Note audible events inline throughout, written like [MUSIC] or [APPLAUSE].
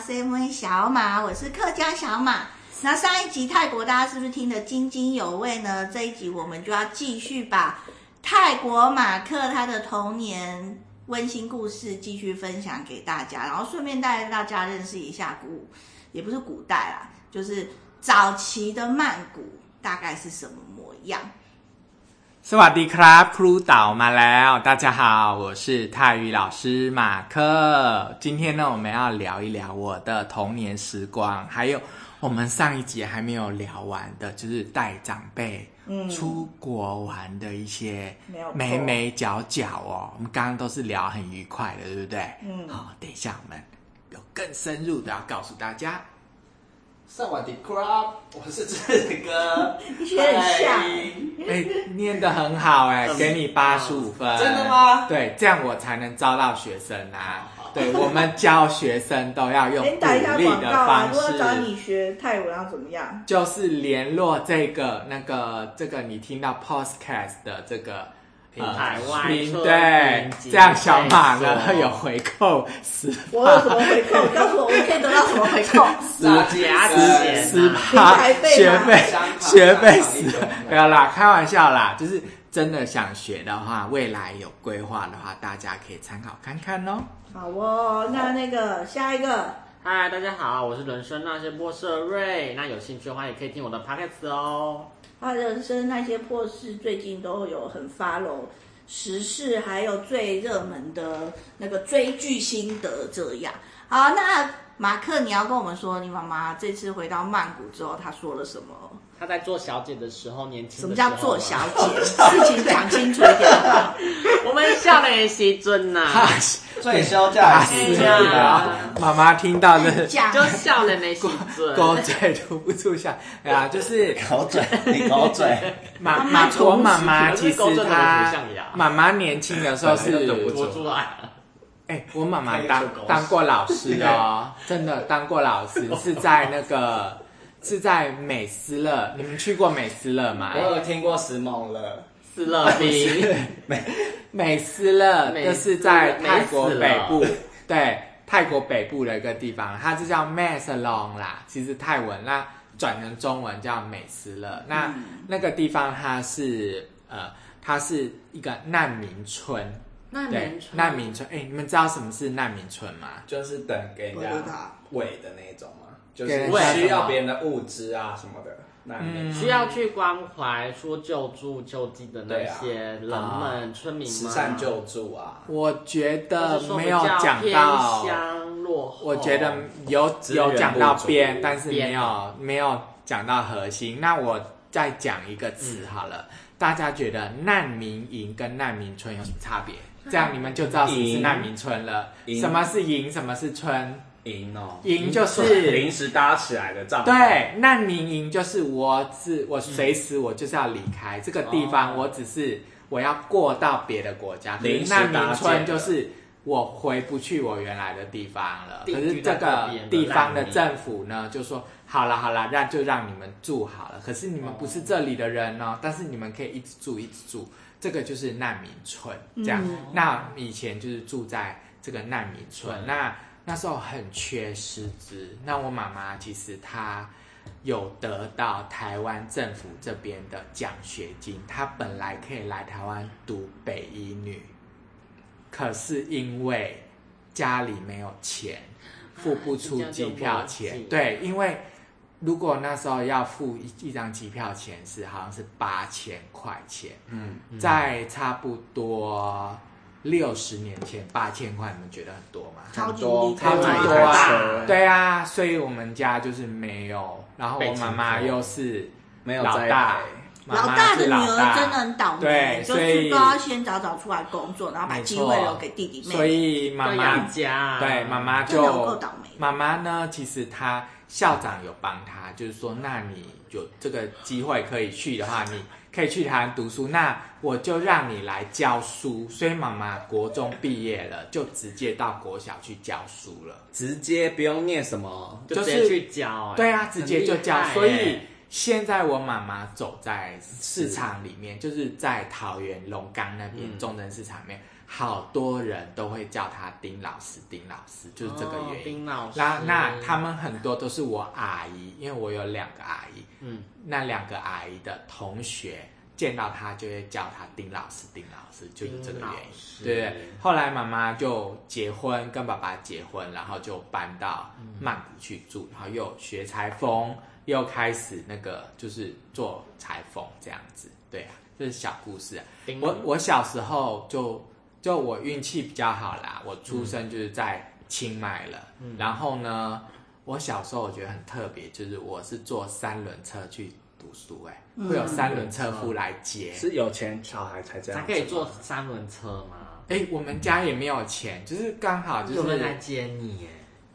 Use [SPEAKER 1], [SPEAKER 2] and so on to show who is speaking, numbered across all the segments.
[SPEAKER 1] seven 小马，我是客家小马。那上一集泰国大家是不是听得津津有味呢？这一集我们就要继续把泰国马克他的童年温馨故事继续分享给大家，然后顺便带大家认识一下古，也不是古代啦，就是早期的曼谷大概是什么模样。
[SPEAKER 2] สวัสดีครับ ครูเต่ามาแล้ว大家好，我是泰语老师马克。今天呢，我们要聊一聊我的童年时光，还有我们上一节还没有聊完的，就是带长辈
[SPEAKER 1] 嗯
[SPEAKER 2] 出国玩的一些
[SPEAKER 1] 没有错
[SPEAKER 2] 眉眉角角哦。我们刚刚都是聊很愉快的，对不对？
[SPEAKER 1] 嗯
[SPEAKER 2] 好，等一下我们有更深入的要告诉大家。
[SPEAKER 3] 萨瓦迪卡，我是志哥，
[SPEAKER 1] 你很像
[SPEAKER 2] 哎，念得很好哎、
[SPEAKER 3] 嗯
[SPEAKER 2] 给你八十五分、
[SPEAKER 3] 真的吗
[SPEAKER 2] 对，这样我才能招到学生啊。对，我们教学生都要用
[SPEAKER 4] 哎，
[SPEAKER 2] 鼓
[SPEAKER 4] 打一下
[SPEAKER 2] 励
[SPEAKER 4] 广告
[SPEAKER 2] 的
[SPEAKER 4] 啊！
[SPEAKER 2] 方
[SPEAKER 4] 如果
[SPEAKER 2] 式，
[SPEAKER 4] 要找你学泰文要怎么样？
[SPEAKER 2] 就是联络这个那个这个你听到 podcast 的这个。
[SPEAKER 3] 平台外
[SPEAKER 2] 平
[SPEAKER 3] 侧
[SPEAKER 2] 对
[SPEAKER 3] 平，级
[SPEAKER 2] 这样小马
[SPEAKER 3] 在
[SPEAKER 2] 呢
[SPEAKER 3] 说
[SPEAKER 2] 有回扣十
[SPEAKER 4] 我有什么回扣？你告诉我，我可以得到什么回扣？
[SPEAKER 3] 大家
[SPEAKER 2] 十十趴
[SPEAKER 4] 平
[SPEAKER 2] [LAUGHS]
[SPEAKER 4] 台费
[SPEAKER 2] 啊学
[SPEAKER 4] 吗
[SPEAKER 2] 费
[SPEAKER 3] 香港
[SPEAKER 2] 学费
[SPEAKER 3] 香港一
[SPEAKER 2] 是
[SPEAKER 3] 种
[SPEAKER 2] 没有啦，开玩笑啦，就是真的想学的话，未来有规划的话，大家可以参考看看哦。
[SPEAKER 4] 好哦，那那个下一个，
[SPEAKER 5] 嗨，大家好，我是人生那些波社瑞。那有兴趣的话，也可以听我的 podcast 哦。
[SPEAKER 4] 他人生那些破事最近都有很 follow 时事，还有最热门的那个追剧心得这样。
[SPEAKER 1] 好，那马克，你要跟我们说，你妈妈这次回到曼谷之后，她说了什么？
[SPEAKER 5] 她在做小姐的时候，年轻
[SPEAKER 1] 什
[SPEAKER 5] 的
[SPEAKER 1] 么
[SPEAKER 5] 时候
[SPEAKER 1] 叫做
[SPEAKER 5] 啊
[SPEAKER 1] 小姐？事情讲清楚一点好不好？
[SPEAKER 5] 我们笑的西尊呐、
[SPEAKER 2] [LAUGHS] 啊，
[SPEAKER 3] [LAUGHS] 最休
[SPEAKER 2] 打
[SPEAKER 3] 假
[SPEAKER 2] 死
[SPEAKER 3] 期
[SPEAKER 2] 你
[SPEAKER 5] 哎呀哎
[SPEAKER 2] 了！啊妈妈听到这 [LAUGHS]
[SPEAKER 1] 讲
[SPEAKER 5] 就笑的那西尊。
[SPEAKER 2] 狗嘴吐不出象，哎呀，就是
[SPEAKER 3] 狗嘴，你狗嘴，
[SPEAKER 2] 妈
[SPEAKER 1] 妈
[SPEAKER 2] 妈
[SPEAKER 1] 妈
[SPEAKER 2] 我妈妈
[SPEAKER 5] 吐不出
[SPEAKER 2] 其
[SPEAKER 5] 狗
[SPEAKER 2] 实
[SPEAKER 5] 嘴怎么
[SPEAKER 2] 她
[SPEAKER 5] 吐象牙
[SPEAKER 2] 妈妈年轻的时候是
[SPEAKER 3] 本来就吐不
[SPEAKER 5] 我出来，
[SPEAKER 2] 哎、我妈妈
[SPEAKER 3] 可以
[SPEAKER 2] 当
[SPEAKER 3] 出狗屎
[SPEAKER 2] 当过老师哦，真的当过老师，是在那个是在美思乐，你们去过美思乐吗
[SPEAKER 3] 我？有听过石猛了，
[SPEAKER 5] 斯乐
[SPEAKER 3] [LAUGHS]
[SPEAKER 5] 冰，
[SPEAKER 2] 美思乐
[SPEAKER 5] 美
[SPEAKER 2] 就是在
[SPEAKER 5] 美
[SPEAKER 2] 泰国
[SPEAKER 5] 死了
[SPEAKER 2] 北部，对，泰国北部的一个地方，它就叫 m a s a l o n 啦，其实泰文那转成中文叫美思乐。那、那个地方它是呃，它是一个难民村，
[SPEAKER 5] 那
[SPEAKER 2] 对
[SPEAKER 5] 年，
[SPEAKER 2] 难民村。哎、你们知道什么是难民村吗？
[SPEAKER 3] 就是等给人
[SPEAKER 1] 我知道
[SPEAKER 3] 家喂的那种嘛，就
[SPEAKER 2] 给
[SPEAKER 3] 是
[SPEAKER 2] 人家
[SPEAKER 3] 需要别人的物资啊什么的，那你
[SPEAKER 5] 需要去关怀、说救助、救济的那
[SPEAKER 3] 对啊
[SPEAKER 5] 些人们、村民
[SPEAKER 3] 慈
[SPEAKER 5] 们，
[SPEAKER 3] 善救助啊，
[SPEAKER 2] 我觉
[SPEAKER 5] 或
[SPEAKER 2] 得
[SPEAKER 5] 是说
[SPEAKER 2] 呃没有
[SPEAKER 5] 比较
[SPEAKER 2] 讲
[SPEAKER 5] 偏
[SPEAKER 2] 到，
[SPEAKER 5] 乡落后。
[SPEAKER 2] 我觉得有
[SPEAKER 3] 资源
[SPEAKER 2] 有讲到
[SPEAKER 3] 不足
[SPEAKER 2] 边，但是没
[SPEAKER 5] 边
[SPEAKER 2] 有没有讲到核心。那我再讲一个词好了，大家觉得难民营跟难民村有什么差别？这样你们就知道什么是
[SPEAKER 3] 营
[SPEAKER 2] 难民村了。
[SPEAKER 3] 营
[SPEAKER 2] 什么是营，什么是村？
[SPEAKER 3] 营哦，
[SPEAKER 2] 营就是
[SPEAKER 3] 临时搭起来的帐篷，，
[SPEAKER 2] 对，难民营就是我只我随时我就是要离开、这个地方，我只是我要过到别的国家。可
[SPEAKER 3] 临
[SPEAKER 2] 是
[SPEAKER 3] 时
[SPEAKER 2] 难民
[SPEAKER 3] 搭
[SPEAKER 2] 村
[SPEAKER 3] 建
[SPEAKER 2] 就
[SPEAKER 3] 的
[SPEAKER 2] 是我回不去我原来的地方了。可
[SPEAKER 5] 定
[SPEAKER 2] 是
[SPEAKER 5] 居
[SPEAKER 2] 这
[SPEAKER 5] 在那
[SPEAKER 2] 个
[SPEAKER 5] 边的
[SPEAKER 2] 地方的
[SPEAKER 5] 难民
[SPEAKER 2] 政府呢，就说好了好了，那就让你们住好了。可是你们不是这里的人哦，但是你们可以一直住一直住。这个就是难民村，这样。那以前就是住在这个难民村，
[SPEAKER 5] 嗯
[SPEAKER 2] 那那时候很缺师资。那我妈妈其实她有得到台湾政府这边的奖学金，她本来可以来台湾读北医女，可是因为家里没有钱，付不出机票
[SPEAKER 1] 啊
[SPEAKER 5] 这
[SPEAKER 2] 钱
[SPEAKER 5] 样。就
[SPEAKER 2] 对，因为如果那时候要付一一张机票钱是好像是八千块钱，
[SPEAKER 3] 嗯，
[SPEAKER 2] 在差不多六十年前，八千块你们觉得很多吗？
[SPEAKER 1] 超级
[SPEAKER 3] 多
[SPEAKER 1] 低
[SPEAKER 2] 超级
[SPEAKER 3] 哎买一
[SPEAKER 2] 多
[SPEAKER 3] 台
[SPEAKER 2] 啊
[SPEAKER 3] 车，哎
[SPEAKER 2] 对啊，所以我们家就是没有，然后我妈妈
[SPEAKER 5] 被请走
[SPEAKER 2] 又是
[SPEAKER 3] 没有
[SPEAKER 2] 老
[SPEAKER 3] 在
[SPEAKER 2] 大，妈
[SPEAKER 1] 老
[SPEAKER 2] 妈
[SPEAKER 1] 大的
[SPEAKER 2] 是
[SPEAKER 1] 女
[SPEAKER 2] 老
[SPEAKER 1] 儿
[SPEAKER 2] 大
[SPEAKER 1] 真的很倒霉
[SPEAKER 2] 对，
[SPEAKER 1] 就
[SPEAKER 2] 所以
[SPEAKER 1] 是都要先早早出来工作，然后把机会留给弟弟妹
[SPEAKER 2] 所
[SPEAKER 1] 妹。
[SPEAKER 2] 以妈
[SPEAKER 5] 要
[SPEAKER 2] 妈
[SPEAKER 5] 养家，
[SPEAKER 2] 对，妈妈
[SPEAKER 1] 真
[SPEAKER 2] 就
[SPEAKER 1] 的有够倒霉
[SPEAKER 2] 妈妈呢，其实她校长有帮她，就是说，那你有这个机会可以去的话，你可以去台湾读书，那我就让你来教书。所以妈妈国中毕业了，就直接到国小去教书了。
[SPEAKER 3] 直接不用念什么，
[SPEAKER 5] 就直接去教、哎
[SPEAKER 2] 对啊，直接就教。所
[SPEAKER 5] 很厉害
[SPEAKER 2] 以
[SPEAKER 5] 哎
[SPEAKER 2] 现在我妈妈走在市场里面，就是在桃园龙岗那边、
[SPEAKER 5] 嗯
[SPEAKER 2] 中正市场里面，好多人都会叫他丁老师，丁老师就是这个
[SPEAKER 5] 哦
[SPEAKER 2] 原因。
[SPEAKER 5] 丁老师，
[SPEAKER 2] 那那他们很多都是我阿姨，因为我有两个阿姨，
[SPEAKER 5] 嗯，
[SPEAKER 2] 那两个阿姨的同学见到他就会叫他丁老师，丁老师就是这个原
[SPEAKER 5] 丁老师
[SPEAKER 2] 因。对对，后来妈妈就结婚，跟爸爸结婚，然后就搬到曼谷去住，然后又学裁缝，又开始那个就是做裁缝这样子。对啊，这是小故事啊、
[SPEAKER 5] 丁
[SPEAKER 2] 我我小时候就就我运气比较好
[SPEAKER 5] 嗯
[SPEAKER 2] 啦，我出生就是在清迈了。然后呢，我小时候我觉得很特别，就是我是坐三轮车去读书、欸，哎、
[SPEAKER 5] 嗯
[SPEAKER 2] 会有三轮车夫来接。
[SPEAKER 3] 是有钱小孩才这样
[SPEAKER 5] 才
[SPEAKER 3] 子吗，
[SPEAKER 5] 可以坐三轮车吗？
[SPEAKER 2] 哎、我们家也没有钱，就是刚好就
[SPEAKER 5] 有人
[SPEAKER 2] 是
[SPEAKER 5] 来接你耶，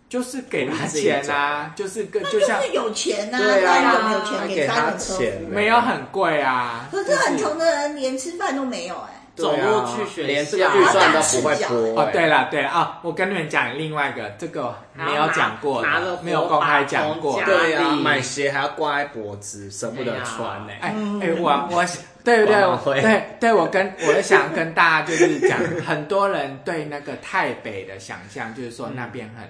[SPEAKER 2] 就是给他钱啊，就是跟就像
[SPEAKER 6] 就是有钱呐、
[SPEAKER 3] 对啊
[SPEAKER 6] 那有没有钱
[SPEAKER 3] 还
[SPEAKER 6] 给
[SPEAKER 3] 给
[SPEAKER 6] 三
[SPEAKER 3] 他
[SPEAKER 6] 轮车夫？
[SPEAKER 3] 钱，
[SPEAKER 2] 没有很贵啊，
[SPEAKER 6] 可是很穷的人连吃饭都没有哎、
[SPEAKER 3] 对啊
[SPEAKER 5] 走路去学校
[SPEAKER 3] 连这个预算都不会拨、
[SPEAKER 2] 哦，对了对了啊、我跟你们讲另外一个，这个
[SPEAKER 5] 然后
[SPEAKER 2] 没有讲过的
[SPEAKER 5] 拿拿着
[SPEAKER 2] 没有公开讲
[SPEAKER 5] 火
[SPEAKER 2] 过
[SPEAKER 5] 把。
[SPEAKER 3] 对
[SPEAKER 5] 哪
[SPEAKER 3] 呀、
[SPEAKER 5] 里
[SPEAKER 3] 买鞋还要挂在脖子，舍不得穿呢、
[SPEAKER 2] 啊哎哎，我我对对对
[SPEAKER 3] 我
[SPEAKER 2] 我
[SPEAKER 3] 蛮会
[SPEAKER 2] 对对，我跟 [LAUGHS] 我想跟大家就是讲，很多人对那个太北的想象就是说那边很。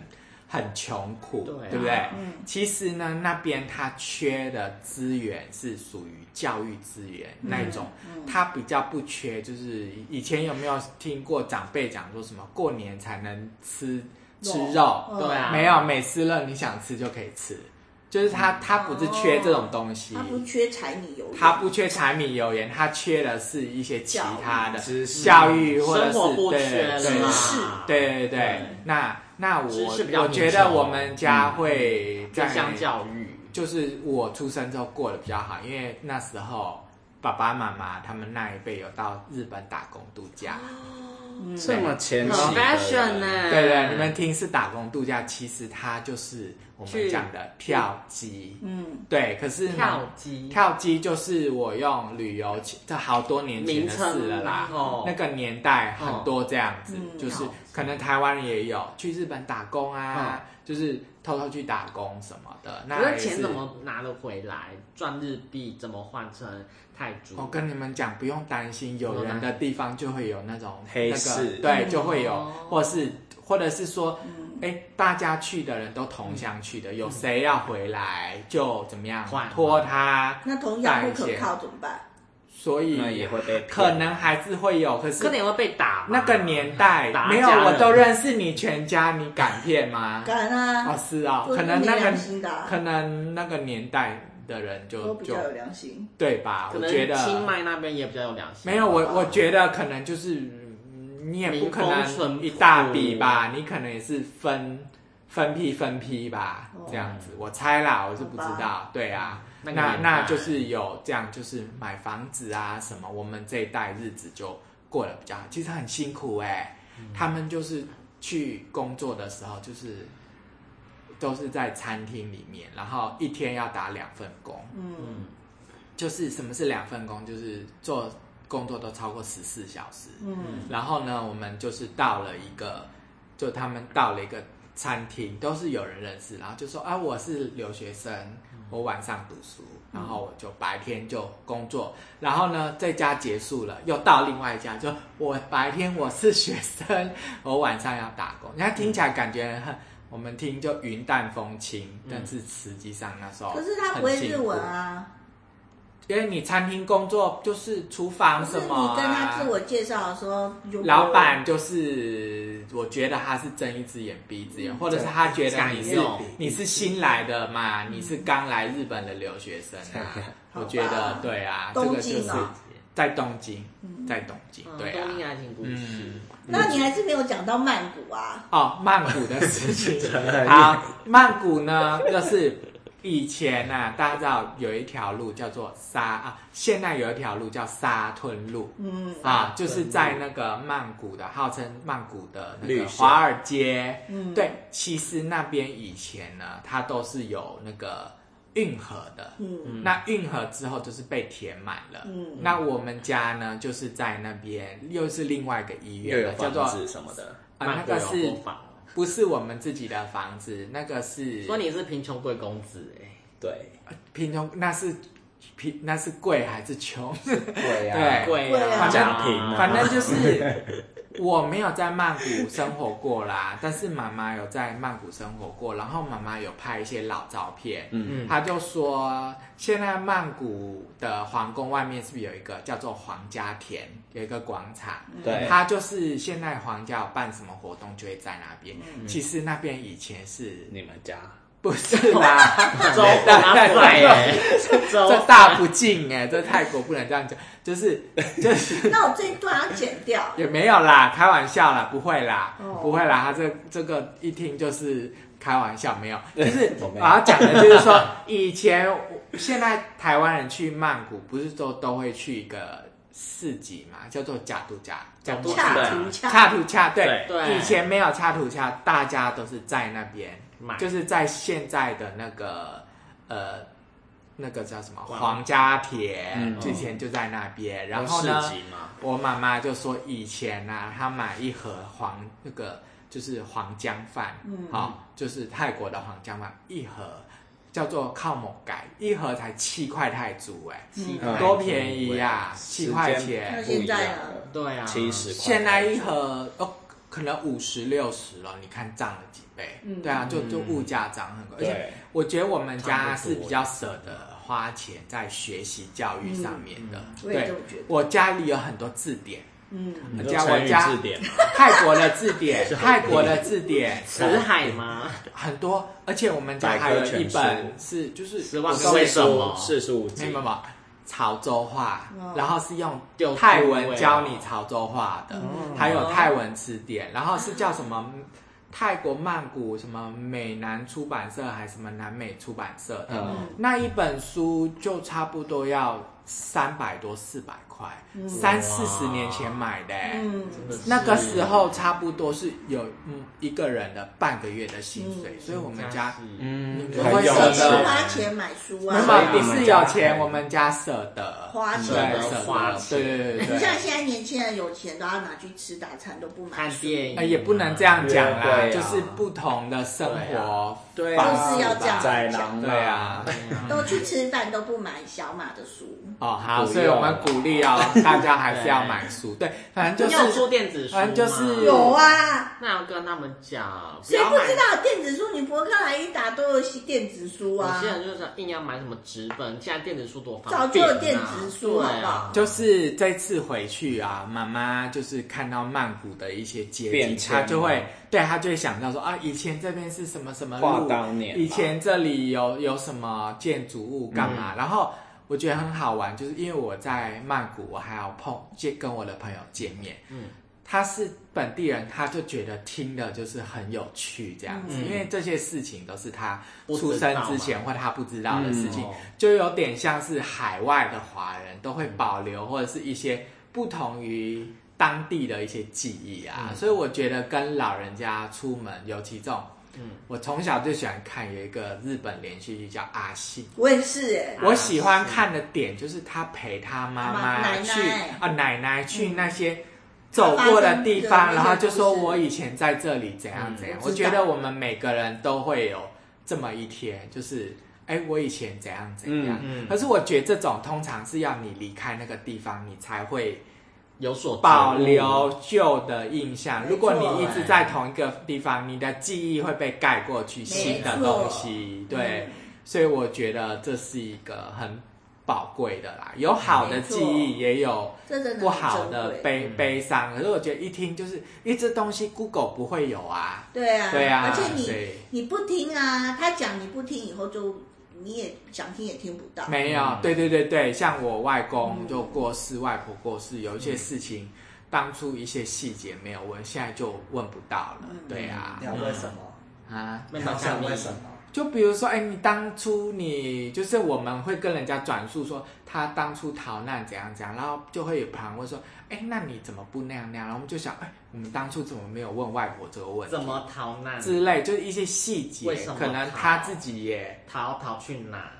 [SPEAKER 2] 很穷苦，
[SPEAKER 5] 对啊
[SPEAKER 2] 不对？其实呢，那边它缺的资源是属于教育资源那一种，它比较不缺。就是以前有没有听过长辈讲说什么过年才能吃吃肉？
[SPEAKER 5] 对啊，
[SPEAKER 2] 没有美思乐，你想吃就可以吃，就是他他不是缺这种东西
[SPEAKER 1] 哦
[SPEAKER 6] 他，不缺柴米油盐，
[SPEAKER 2] 他不缺柴米油盐，他缺的是一些其他的
[SPEAKER 3] 知识
[SPEAKER 2] 教育或者
[SPEAKER 5] 生
[SPEAKER 2] 是
[SPEAKER 5] 活不缺
[SPEAKER 2] 对
[SPEAKER 5] 了
[SPEAKER 2] 对
[SPEAKER 5] 啦，
[SPEAKER 2] 对对对
[SPEAKER 5] 对。
[SPEAKER 2] 那那
[SPEAKER 5] 知识比
[SPEAKER 2] 我
[SPEAKER 5] 较嗯
[SPEAKER 2] 我觉
[SPEAKER 5] 贫
[SPEAKER 2] 得
[SPEAKER 5] 穷
[SPEAKER 2] 我们家会在
[SPEAKER 5] 偏向教育，
[SPEAKER 2] 就是我出生之后过得比较好，因为那时候爸爸妈妈他们那一辈有到日本打工度假。
[SPEAKER 5] 哦
[SPEAKER 3] 这么前期
[SPEAKER 5] 很 fashion 呢、
[SPEAKER 2] 对对，你们听是打工度假，其实它就是我们
[SPEAKER 5] 去
[SPEAKER 2] 讲的票机。
[SPEAKER 6] 嗯，
[SPEAKER 2] 对，可是呢
[SPEAKER 5] 跳机
[SPEAKER 2] 跳机就是我用旅游前，这好多年前
[SPEAKER 5] 名
[SPEAKER 2] 的
[SPEAKER 5] 称
[SPEAKER 2] 事了啦。
[SPEAKER 5] 哦，
[SPEAKER 2] 那个年代很多这样子，
[SPEAKER 6] 嗯
[SPEAKER 2] 就是
[SPEAKER 5] 跳机
[SPEAKER 2] 可能台湾人也有去日本打工啊，就是偷偷去打工什么的。那
[SPEAKER 5] 可
[SPEAKER 2] 也
[SPEAKER 5] 是钱
[SPEAKER 2] 是
[SPEAKER 5] 怎么拿得回来？赚日币怎么换成泰铢？
[SPEAKER 2] 我跟你们讲，不用担心，有人的地方就会有那种
[SPEAKER 3] 黑
[SPEAKER 2] 那个
[SPEAKER 3] 市
[SPEAKER 2] 对，就会有
[SPEAKER 5] 哦，嗯
[SPEAKER 2] 或是或者是说，哎，大家去的人都同乡去的，有谁要回来就怎么样
[SPEAKER 5] 换
[SPEAKER 2] 拖他，
[SPEAKER 6] 那同样不可靠怎么办？
[SPEAKER 2] 所
[SPEAKER 3] 那也
[SPEAKER 2] 以
[SPEAKER 3] 会被骗
[SPEAKER 2] 可能还是会有，可
[SPEAKER 5] 可
[SPEAKER 2] 是
[SPEAKER 5] 能也会被打吧。
[SPEAKER 2] 那个年代
[SPEAKER 5] 打
[SPEAKER 2] 没有，
[SPEAKER 5] 家人
[SPEAKER 2] 我都认识你全家，你敢骗吗？
[SPEAKER 6] 敢
[SPEAKER 2] 哦，
[SPEAKER 6] 啊，
[SPEAKER 2] 是啊，
[SPEAKER 6] 就是
[SPEAKER 2] 可能那
[SPEAKER 6] 没
[SPEAKER 2] 个
[SPEAKER 6] 良心的啊
[SPEAKER 2] 可能那个年代的人
[SPEAKER 6] 都
[SPEAKER 2] 就
[SPEAKER 6] 比
[SPEAKER 2] 就
[SPEAKER 6] 较有良心。
[SPEAKER 2] 对吧？
[SPEAKER 5] 可
[SPEAKER 2] 我
[SPEAKER 5] 能
[SPEAKER 2] 觉得
[SPEAKER 5] 清迈那边也比较有良心。
[SPEAKER 2] 没有，我我觉得可能就是嗯你也不可
[SPEAKER 5] 民风淳
[SPEAKER 2] 能
[SPEAKER 5] 朴
[SPEAKER 2] 一大笔吧，你可能也是分分批分批吧，这样子，我猜啦，我是不知
[SPEAKER 6] 好
[SPEAKER 2] 道，对啊。
[SPEAKER 5] 那
[SPEAKER 2] 那
[SPEAKER 5] 个
[SPEAKER 2] 那
[SPEAKER 5] 年代
[SPEAKER 2] 就是有这样，就是买房子啊什么，我们这一代日子就过得比较好，其实很辛苦哎、他们就是去工作的时候，就是都是在餐厅里面，然后一天要打两份工，
[SPEAKER 6] 嗯，
[SPEAKER 2] 就是什么是两份工，就是做工作都超过十四小时。
[SPEAKER 6] 嗯，
[SPEAKER 2] 然后呢，我们就是到了一个，就他们到了一个餐厅，都是有人认识，然后就说啊，我是留学生，我晚上读书，然后我就白天就工作，然后呢，这家结束了，又到另外一家，就我白天我是学生， [LAUGHS] 我晚上要打工。人家听起来感觉很，我们听就云淡风轻，但是实际上那时候
[SPEAKER 6] 可是他不会
[SPEAKER 2] 很辛
[SPEAKER 6] 日
[SPEAKER 2] 苦
[SPEAKER 6] 文啊。
[SPEAKER 2] 因为你餐厅工作就是厨房
[SPEAKER 6] 可是
[SPEAKER 2] 什
[SPEAKER 6] 你
[SPEAKER 2] 么、啊，
[SPEAKER 6] 跟他自我介绍的时候，你就不会
[SPEAKER 2] 老板就是，我觉得他是睁一只眼闭一只眼，或者是他觉得你
[SPEAKER 5] 假
[SPEAKER 2] 是
[SPEAKER 5] 用
[SPEAKER 2] 你是新来的嘛，你是刚来日本的留学生 [LAUGHS] 啊，
[SPEAKER 6] 好吧
[SPEAKER 2] 我觉得对啊，这
[SPEAKER 6] 东
[SPEAKER 2] 个就
[SPEAKER 6] 京
[SPEAKER 2] 是
[SPEAKER 6] 啊
[SPEAKER 2] 在东京，在东京，
[SPEAKER 5] 嗯
[SPEAKER 2] 对啊
[SPEAKER 5] 东，京爱情故事
[SPEAKER 2] 嗯。
[SPEAKER 6] 那你还是没有讲到曼谷啊。
[SPEAKER 2] 哦，曼谷的事 [LAUGHS] 情
[SPEAKER 3] 对。
[SPEAKER 2] 好，曼谷呢，就是以前啊，大家知道有一条路叫做沙啊，现在有一条路叫沙吞路。
[SPEAKER 6] 嗯，
[SPEAKER 2] 啊，就是在那个曼谷的，号称曼谷的那
[SPEAKER 3] 绿
[SPEAKER 2] 个
[SPEAKER 3] 色
[SPEAKER 2] 华尔街。
[SPEAKER 6] 嗯
[SPEAKER 2] 对，其实那边以前呢，它都是有那个运河的。
[SPEAKER 6] 嗯
[SPEAKER 2] 那运河之后就是被填满了。
[SPEAKER 6] 嗯
[SPEAKER 2] 那我们家呢，就是在那边，又是另外一个医
[SPEAKER 3] 又
[SPEAKER 2] 院
[SPEAKER 3] 有
[SPEAKER 2] 了，叫做
[SPEAKER 3] 房子
[SPEAKER 2] 啊，
[SPEAKER 3] 什么的，
[SPEAKER 2] 那
[SPEAKER 5] 曼谷有
[SPEAKER 2] 个是
[SPEAKER 5] 购房
[SPEAKER 2] 不是我们自己的房子？那个是
[SPEAKER 5] 说你是贫穷贵公子哎、
[SPEAKER 3] 对，啊
[SPEAKER 2] 贫穷，那是贫，那是贵还是穷？ [LAUGHS]
[SPEAKER 3] 对
[SPEAKER 2] 对
[SPEAKER 3] 呀、
[SPEAKER 5] 贵
[SPEAKER 6] 贵啊
[SPEAKER 5] 啊，
[SPEAKER 2] [LAUGHS]
[SPEAKER 3] 讲平啊
[SPEAKER 2] 反正就是我没有在曼谷生活过啦，但是妈妈有在曼谷生活过，然后妈妈有拍一些老照片，嗯，她就说现在曼谷的皇宫外面是不是有一个叫做皇家田，有一个广场，
[SPEAKER 3] 对
[SPEAKER 2] 它就是现在皇家有办什么活动就会在那边，其实那边以前是
[SPEAKER 3] 你们家
[SPEAKER 2] 不是
[SPEAKER 5] [LAUGHS]
[SPEAKER 2] 啦？
[SPEAKER 5] 周拿怪耶，周
[SPEAKER 2] 这大不敬哎、这泰国不能这样讲，就是就是。
[SPEAKER 1] 那我这一段要剪
[SPEAKER 2] [LAUGHS]
[SPEAKER 1] 掉，
[SPEAKER 2] 也没有啦，开玩笑啦，不会啦，
[SPEAKER 1] 哦
[SPEAKER 2] 不会啦，他这这个一听就是开玩笑，
[SPEAKER 3] [LAUGHS]
[SPEAKER 2] 没有，就是
[SPEAKER 3] 我没
[SPEAKER 2] 我
[SPEAKER 3] 有
[SPEAKER 2] 要讲的就是说，以前现在台湾人去曼谷，不是都都会去一个市集嘛，叫做假度假，假度
[SPEAKER 1] 恰
[SPEAKER 5] 对
[SPEAKER 1] 图恰
[SPEAKER 2] 恰图恰，对
[SPEAKER 3] 对，
[SPEAKER 5] 对
[SPEAKER 2] 以前没有恰图恰，大家都是在那边，
[SPEAKER 5] 买
[SPEAKER 2] 就是在现在的那个呃。那个叫什么
[SPEAKER 5] 哇
[SPEAKER 2] 皇家田，
[SPEAKER 3] 嗯
[SPEAKER 2] 之前就在那边，然后呢，
[SPEAKER 3] 市集嘛，
[SPEAKER 2] 我妈妈就说以前啊，她买一盒黄那个就是黄姜饭，嗯，好、就是泰国的黄姜饭一盒。叫做靠某改，一盒才七块泰铢、哎，
[SPEAKER 3] 嗯
[SPEAKER 2] 多便宜呀、七
[SPEAKER 3] 时间
[SPEAKER 2] 块
[SPEAKER 1] 那
[SPEAKER 2] 钱。
[SPEAKER 3] 不一
[SPEAKER 1] 现
[SPEAKER 3] 样
[SPEAKER 1] 在
[SPEAKER 3] 了
[SPEAKER 1] 呢？
[SPEAKER 5] 对啊，
[SPEAKER 3] 哎七十块，
[SPEAKER 2] 现在一盒哦，可能五十六十了，你看涨了几倍？
[SPEAKER 1] 嗯
[SPEAKER 2] 对啊，就就物价涨很高，而且
[SPEAKER 3] 对，
[SPEAKER 2] 我觉得我们家
[SPEAKER 5] 差不多
[SPEAKER 2] 是比较舍得花钱在学习教育上面的。
[SPEAKER 1] 嗯我也这
[SPEAKER 2] 对
[SPEAKER 1] 么觉得，
[SPEAKER 2] 我家里有很多字典，
[SPEAKER 1] 嗯，
[SPEAKER 3] 你
[SPEAKER 2] 我
[SPEAKER 3] 说
[SPEAKER 2] 家
[SPEAKER 3] 成
[SPEAKER 2] 我
[SPEAKER 3] 语
[SPEAKER 2] 家
[SPEAKER 3] 字
[SPEAKER 2] [LAUGHS]
[SPEAKER 3] 典嘛，
[SPEAKER 2] 泰国的字典，泰国的字典
[SPEAKER 5] 辞海吗？
[SPEAKER 2] 很多，而且我们家还有一本是就是
[SPEAKER 5] 十万个
[SPEAKER 2] 我
[SPEAKER 5] 为什么？
[SPEAKER 3] 四十五
[SPEAKER 2] 没
[SPEAKER 3] 集
[SPEAKER 2] 有没有没有潮州话，然后是用
[SPEAKER 5] 有
[SPEAKER 2] 泰文教你潮州话的，还有泰文词典，然后是叫什么？泰国曼谷什么美南出版社还是什么南美出版社的、
[SPEAKER 3] 嗯
[SPEAKER 2] 那一本书就差不多要三百多四百块，三四十年前买的、欸
[SPEAKER 1] 嗯，
[SPEAKER 2] 那个时候差不多是有嗯一个人的半个月的薪水，所以我们家
[SPEAKER 3] 嗯
[SPEAKER 2] 我
[SPEAKER 3] 很
[SPEAKER 2] 会
[SPEAKER 3] 有
[SPEAKER 2] 舍
[SPEAKER 1] 谁去
[SPEAKER 2] 得
[SPEAKER 1] 花钱买书
[SPEAKER 2] 那
[SPEAKER 1] 啊？
[SPEAKER 2] 么你是有钱，我们家舍得
[SPEAKER 1] 花钱
[SPEAKER 2] 对
[SPEAKER 1] 买
[SPEAKER 2] 舍
[SPEAKER 5] 书
[SPEAKER 2] 得对对对
[SPEAKER 1] 像
[SPEAKER 2] 对对。
[SPEAKER 1] 现在年轻人有钱都要拿去吃大餐，都不买
[SPEAKER 5] 看
[SPEAKER 1] 书，
[SPEAKER 5] 电影啊
[SPEAKER 2] 呃，也不能这样讲
[SPEAKER 3] 对
[SPEAKER 2] 啦，
[SPEAKER 3] 啊
[SPEAKER 2] 就是不同的生活
[SPEAKER 3] 对
[SPEAKER 2] 方
[SPEAKER 3] 啊，
[SPEAKER 1] 就
[SPEAKER 2] 式
[SPEAKER 1] 是要这样
[SPEAKER 3] 宰狼
[SPEAKER 2] 对啊，
[SPEAKER 1] 都去吃饭都不买小马的书。
[SPEAKER 2] 哦，好，
[SPEAKER 3] 不用
[SPEAKER 2] 所以我们鼓励哦，大家还是要买书。对，反正
[SPEAKER 5] 你
[SPEAKER 2] 就
[SPEAKER 5] 有
[SPEAKER 2] 是
[SPEAKER 5] 出电子书吗
[SPEAKER 2] 反正就是
[SPEAKER 1] 有啊，
[SPEAKER 5] 那要跟他们讲，
[SPEAKER 1] 谁
[SPEAKER 5] 要
[SPEAKER 1] 不
[SPEAKER 5] 买
[SPEAKER 1] 知道电子书？你博客来一打都有些电子书
[SPEAKER 5] 有
[SPEAKER 1] 啊
[SPEAKER 5] 些，人就是想硬要买什么纸本，现在电子书多方便、
[SPEAKER 1] 早
[SPEAKER 5] 啊，
[SPEAKER 1] 就有电子书好不好
[SPEAKER 5] 对啊
[SPEAKER 2] 就是这次回去啊，妈妈就是看到曼谷的一些街景
[SPEAKER 3] 变，迁
[SPEAKER 2] 她就会
[SPEAKER 3] 吗
[SPEAKER 2] 对她就会想到说啊，以前这边是什么什么
[SPEAKER 3] 话
[SPEAKER 2] 路，
[SPEAKER 3] 当年嘛
[SPEAKER 2] 以前这里有有什么建筑物干嘛，
[SPEAKER 5] 嗯
[SPEAKER 2] 然后。我觉得很好玩，就是因为我在曼谷，我还要碰见跟我的朋友见面，嗯，他是本地人，他就觉得听的就是很有趣这样子，因为这些事情都是他
[SPEAKER 5] 嗯不
[SPEAKER 2] 出
[SPEAKER 5] 知
[SPEAKER 2] 生
[SPEAKER 5] 道
[SPEAKER 2] 之
[SPEAKER 5] 嘛
[SPEAKER 2] 前或他不知道的事情，
[SPEAKER 5] 嗯哦
[SPEAKER 2] 就有点像是海外的华人都会保留或者是一些不同于当地的一些记忆啊，所以我觉得跟老人家出门，尤其这种，我从小就喜欢看有一个日本连续剧叫《阿信》。
[SPEAKER 1] 我也是哎、
[SPEAKER 2] 我喜欢看的点就是他陪他妈
[SPEAKER 1] 妈
[SPEAKER 2] 妈
[SPEAKER 1] 奶奶
[SPEAKER 2] 去啊奶奶去那些走过的地
[SPEAKER 1] 发生
[SPEAKER 2] 方，
[SPEAKER 1] 的
[SPEAKER 2] 然后就说
[SPEAKER 1] 那些故事
[SPEAKER 2] 我以前在这里怎样怎样。
[SPEAKER 1] 我
[SPEAKER 2] 我
[SPEAKER 1] 知道
[SPEAKER 2] 觉得我们每个人都会有这么一天，就是哎我以前怎样怎样。可是我觉得这种通常是要你离开那个地方，你才会
[SPEAKER 5] 有所
[SPEAKER 2] 保
[SPEAKER 5] 觉悟。
[SPEAKER 2] 留旧的印象。如果你一直
[SPEAKER 5] 哎
[SPEAKER 2] 在同一个地方，你的记忆会被盖过去新的东西。
[SPEAKER 1] 嗯
[SPEAKER 2] 对，所以我觉得这是一个很宝贵的啦，有好的记
[SPEAKER 1] 没
[SPEAKER 2] 忆，
[SPEAKER 1] 错
[SPEAKER 2] 也有
[SPEAKER 1] 这真的
[SPEAKER 2] 不
[SPEAKER 1] 很
[SPEAKER 2] 好
[SPEAKER 1] 珍
[SPEAKER 2] 的
[SPEAKER 1] 贵
[SPEAKER 2] 悲悲伤。可是我觉得一听就是，一这东西 Google 不会有啊。
[SPEAKER 1] 对啊，
[SPEAKER 2] 对
[SPEAKER 1] 而
[SPEAKER 2] 啊
[SPEAKER 1] 且你
[SPEAKER 2] 对
[SPEAKER 1] 你不听啊，他讲你不听，以后就你也想听也听不到。
[SPEAKER 2] 没有，对对对对，像我外公就过世，外婆过世，有一些事
[SPEAKER 1] 嗯
[SPEAKER 2] 情。当初一些细节没有问，现在就问不到了。
[SPEAKER 1] 嗯
[SPEAKER 2] 对啊，
[SPEAKER 7] 聊为什么？
[SPEAKER 2] 啊，
[SPEAKER 5] 慢
[SPEAKER 7] 好
[SPEAKER 5] 慢
[SPEAKER 7] 想
[SPEAKER 5] 看
[SPEAKER 7] 为什么？
[SPEAKER 2] 就比如说，哎，你当初你就是我们会跟人家转述说他当初逃难怎样怎样，然后就会有旁问说，哎，那你怎么不那样那样？然后我们就想，哎，我们当初怎么没有问外婆这个问题
[SPEAKER 5] 怎么逃难？
[SPEAKER 2] 之类，就是一些细节
[SPEAKER 5] 为什，么
[SPEAKER 2] 可能
[SPEAKER 5] 逃
[SPEAKER 2] 他自己也
[SPEAKER 5] 逃逃去哪？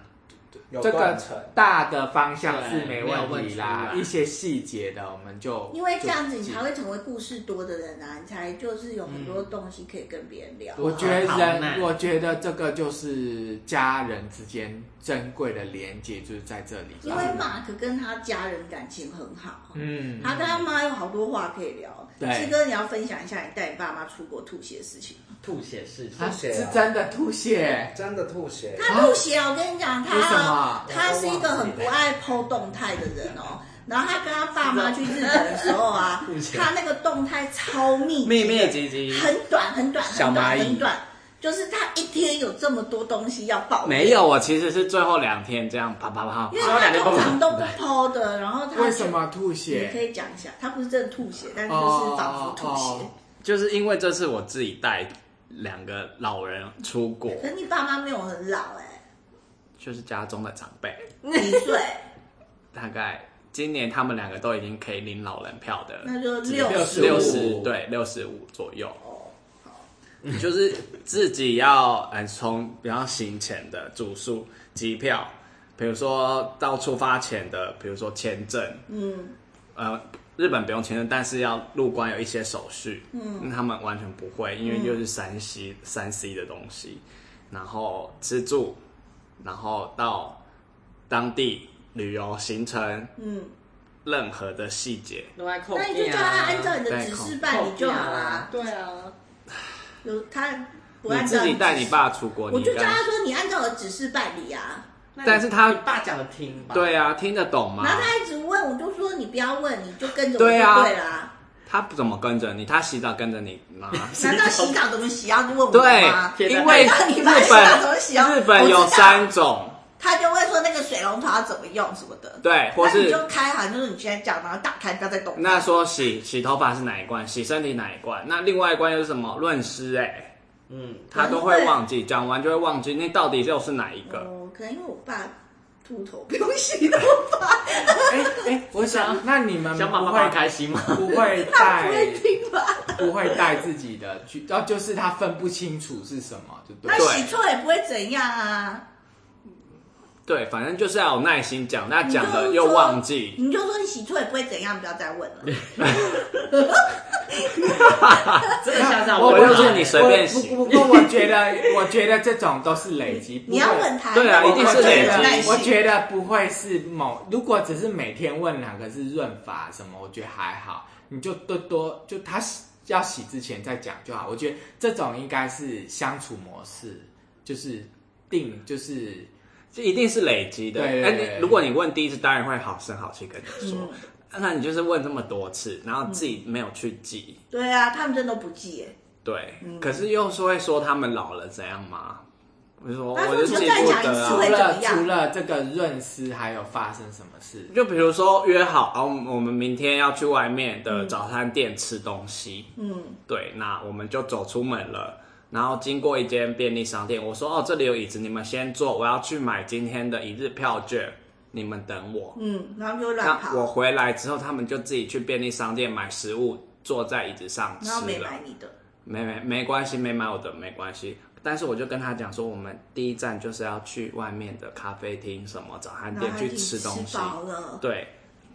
[SPEAKER 7] 有
[SPEAKER 2] 这
[SPEAKER 7] 断
[SPEAKER 2] 个
[SPEAKER 7] 层
[SPEAKER 2] 大的方向是没
[SPEAKER 5] 对没有问
[SPEAKER 2] 问
[SPEAKER 5] 题
[SPEAKER 2] 题
[SPEAKER 5] 啦
[SPEAKER 2] 啦，一些细节的我们就
[SPEAKER 1] 因为这样子你才会成为故事多的人啊，你才就是有很多东西可以跟别人聊。
[SPEAKER 2] 嗯我觉得
[SPEAKER 5] 好
[SPEAKER 2] 人，
[SPEAKER 5] 难
[SPEAKER 2] 我觉得这个就是家人之间珍贵的连接，就是在这里。
[SPEAKER 1] 因为，Mark 跟他家人感情很好，
[SPEAKER 2] 嗯，
[SPEAKER 1] 他跟他妈有好多话可以聊。
[SPEAKER 2] 对
[SPEAKER 1] 志哥，你要分享一下你带你爸妈出国吐血的事情。
[SPEAKER 2] 啊
[SPEAKER 5] 吐血事情
[SPEAKER 2] 他
[SPEAKER 3] 血
[SPEAKER 2] 是
[SPEAKER 3] 啊
[SPEAKER 2] 真的吐血，
[SPEAKER 3] 真的吐血，
[SPEAKER 1] 他吐血，啊我跟你讲，他
[SPEAKER 2] 为什么啊
[SPEAKER 1] 他是一个很不爱剖动态的人哦。然后他跟他爸妈去日本的时候
[SPEAKER 2] [LAUGHS]
[SPEAKER 1] 啊，他那个动态超密集的
[SPEAKER 3] 秘密集集
[SPEAKER 1] 很短很短，
[SPEAKER 3] 小
[SPEAKER 1] 很
[SPEAKER 3] 蚂
[SPEAKER 1] 短
[SPEAKER 3] 蚁
[SPEAKER 1] 很短，就是他一天有这么多东西要爆，
[SPEAKER 3] 没，有，我其实是最后两天这样啪啪啪，
[SPEAKER 1] 因为
[SPEAKER 3] 最后
[SPEAKER 1] 他
[SPEAKER 3] 两天
[SPEAKER 1] 通常都
[SPEAKER 3] 砰
[SPEAKER 1] 不
[SPEAKER 3] 砰
[SPEAKER 1] 剖的，然后他就
[SPEAKER 2] 为什么吐
[SPEAKER 1] 你可
[SPEAKER 2] 血？
[SPEAKER 1] 以讲一下，他不是真的吐血，但是就是仿佛吐
[SPEAKER 2] 哦哦
[SPEAKER 1] 血
[SPEAKER 2] 哦。
[SPEAKER 3] 就是因为这次我自己带两个老人出国，
[SPEAKER 1] 可是你爸妈没有很老
[SPEAKER 2] [LAUGHS]
[SPEAKER 1] 哎，
[SPEAKER 3] 就是家中的长辈，
[SPEAKER 1] 几岁？
[SPEAKER 3] 大概今年他们两个都已经可以领老人票的，
[SPEAKER 1] 那就六
[SPEAKER 2] 65
[SPEAKER 3] 六十对六十五左右，
[SPEAKER 1] 哦，
[SPEAKER 3] 就是自己要嗯从比方行前的住宿、机票，比如说到出发前的，比如说签证，
[SPEAKER 1] 嗯，
[SPEAKER 3] 呃，日本不用签证，但是要入关有一些手续，嗯，他们完全不会，因为又是山西山 C 的东西，然后吃住，然后到当地旅游行程，
[SPEAKER 1] 嗯，
[SPEAKER 3] 任何的细节，
[SPEAKER 5] 另外扣啊
[SPEAKER 1] 那你就叫他按照你的指示办理就好啦。
[SPEAKER 5] 对啊，
[SPEAKER 1] 有 [LAUGHS] 他不
[SPEAKER 3] 你
[SPEAKER 1] 按照
[SPEAKER 3] 自己
[SPEAKER 1] 指
[SPEAKER 3] 带你
[SPEAKER 1] 示
[SPEAKER 3] 爸出国，
[SPEAKER 1] 我
[SPEAKER 3] 你
[SPEAKER 1] 就
[SPEAKER 3] 应
[SPEAKER 1] 叫
[SPEAKER 3] 该
[SPEAKER 1] 他说你按照我的指示办理啊。
[SPEAKER 5] 那
[SPEAKER 3] 但是他
[SPEAKER 5] 你爸讲的听吧，
[SPEAKER 3] 对啊，听得懂吗
[SPEAKER 1] 然？后他一直问，我就说你不要问，你就跟着我就
[SPEAKER 3] 对
[SPEAKER 1] 对
[SPEAKER 3] 啊
[SPEAKER 1] 啦。
[SPEAKER 3] 他不怎么跟着你，他洗澡跟着你
[SPEAKER 1] [LAUGHS]
[SPEAKER 3] 吗？
[SPEAKER 1] 难道洗澡怎么洗要啊问我
[SPEAKER 3] [LAUGHS] 对
[SPEAKER 1] 吗？，
[SPEAKER 5] 天哪
[SPEAKER 3] 因
[SPEAKER 1] [LAUGHS]
[SPEAKER 3] 为
[SPEAKER 1] 那你
[SPEAKER 3] 日
[SPEAKER 1] 把洗澡怎么洗啊
[SPEAKER 3] 本日本
[SPEAKER 1] 我
[SPEAKER 3] 有
[SPEAKER 1] 知道
[SPEAKER 3] 三种，
[SPEAKER 1] 他就会说那个水龙头要怎么用什么的。
[SPEAKER 3] 对，或
[SPEAKER 1] 那你
[SPEAKER 3] 是
[SPEAKER 1] 就开好，就是你现在讲，然后打开，不要再动。
[SPEAKER 3] 那说洗洗头发是哪一关，洗身体哪一关？那另外一关又是什么？论师哎、
[SPEAKER 5] 嗯，
[SPEAKER 3] 他都会忘记，讲完就会忘记，那到底又是哪一个？
[SPEAKER 1] 哦，可能因为我爸秃头，不用洗头发，
[SPEAKER 2] 哎哎，我想，那你们
[SPEAKER 5] 想把
[SPEAKER 2] 不
[SPEAKER 5] 爸爸
[SPEAKER 2] 会
[SPEAKER 5] 开心吗？
[SPEAKER 2] [LAUGHS] 不会
[SPEAKER 1] 他不 [LAUGHS]
[SPEAKER 2] 带
[SPEAKER 1] 会听吧？
[SPEAKER 2] 不会带自己的去，然后就是他分不清楚是什么，就对
[SPEAKER 1] 那
[SPEAKER 2] 了。
[SPEAKER 1] 洗错也不会怎样啊。
[SPEAKER 3] 对，反正就是要有耐心讲，那
[SPEAKER 1] 你
[SPEAKER 3] 讲
[SPEAKER 1] 就
[SPEAKER 3] 了
[SPEAKER 1] 是
[SPEAKER 3] 又
[SPEAKER 1] 说
[SPEAKER 3] 忘记，
[SPEAKER 1] 你就说你洗错也不会怎样，不要再
[SPEAKER 3] [LAUGHS]
[SPEAKER 1] 问了。
[SPEAKER 5] 这个下次要
[SPEAKER 3] 我
[SPEAKER 5] 问
[SPEAKER 3] 就
[SPEAKER 5] 他
[SPEAKER 3] 说你随便洗
[SPEAKER 2] 不不不过我觉得，我觉得这种都是累积。不会
[SPEAKER 1] 你要问他，
[SPEAKER 3] 对啊
[SPEAKER 1] 那我
[SPEAKER 3] 一定是
[SPEAKER 1] 就有
[SPEAKER 3] 累积
[SPEAKER 1] 耐
[SPEAKER 2] 我
[SPEAKER 1] 心
[SPEAKER 2] 觉得不会是某，如果只是每天问两个是润发什么，我觉得还好，你就多多就他洗要洗之前再讲就好。我觉得这种应该是相处模式，就是定就是
[SPEAKER 3] 这一定是累积的。
[SPEAKER 2] 对对
[SPEAKER 3] 哎
[SPEAKER 2] 对嗯
[SPEAKER 3] 你如果你问第一次，当然会好声好气跟你说，那你就是问这么多次，然后自己没有去记，
[SPEAKER 1] 对啊，他们真的都不记耶。
[SPEAKER 3] 对，
[SPEAKER 2] 嗯
[SPEAKER 3] 可是又是会说他们老了怎样吗？我就说，
[SPEAKER 1] 他说
[SPEAKER 3] 我就
[SPEAKER 1] 你就
[SPEAKER 3] 记
[SPEAKER 1] 再
[SPEAKER 3] 不
[SPEAKER 1] 讲一
[SPEAKER 3] 得
[SPEAKER 1] 次
[SPEAKER 3] 啊
[SPEAKER 2] 除
[SPEAKER 1] 会怎
[SPEAKER 2] 了
[SPEAKER 1] 么样
[SPEAKER 2] 除了这个润湿，还有发生什么事？
[SPEAKER 3] 就比如说约好，啊，我们我们明天要去外面
[SPEAKER 2] 嗯
[SPEAKER 3] 的早餐店吃东西，
[SPEAKER 1] 嗯，
[SPEAKER 3] 对，那我们就走出门了，然后经过一间便利商店，我说哦，这里有椅子，你们先坐，我要去买今天的一日票券，你们等我。
[SPEAKER 1] 嗯，然后就乱
[SPEAKER 3] 那
[SPEAKER 1] 跑，
[SPEAKER 3] 我回来之后，他们就自己去便利商店买食物，坐在椅子上吃
[SPEAKER 1] 然后没
[SPEAKER 3] 了
[SPEAKER 1] 买。你的，
[SPEAKER 3] 没没没关系，没买我的没关系。但是我就跟他讲说，我们第一站就是要去外面的咖啡厅、什么早餐
[SPEAKER 1] 然后
[SPEAKER 3] 店
[SPEAKER 1] 他已
[SPEAKER 3] 去
[SPEAKER 1] 经
[SPEAKER 3] 吃东西。
[SPEAKER 1] 饱了，
[SPEAKER 3] 对，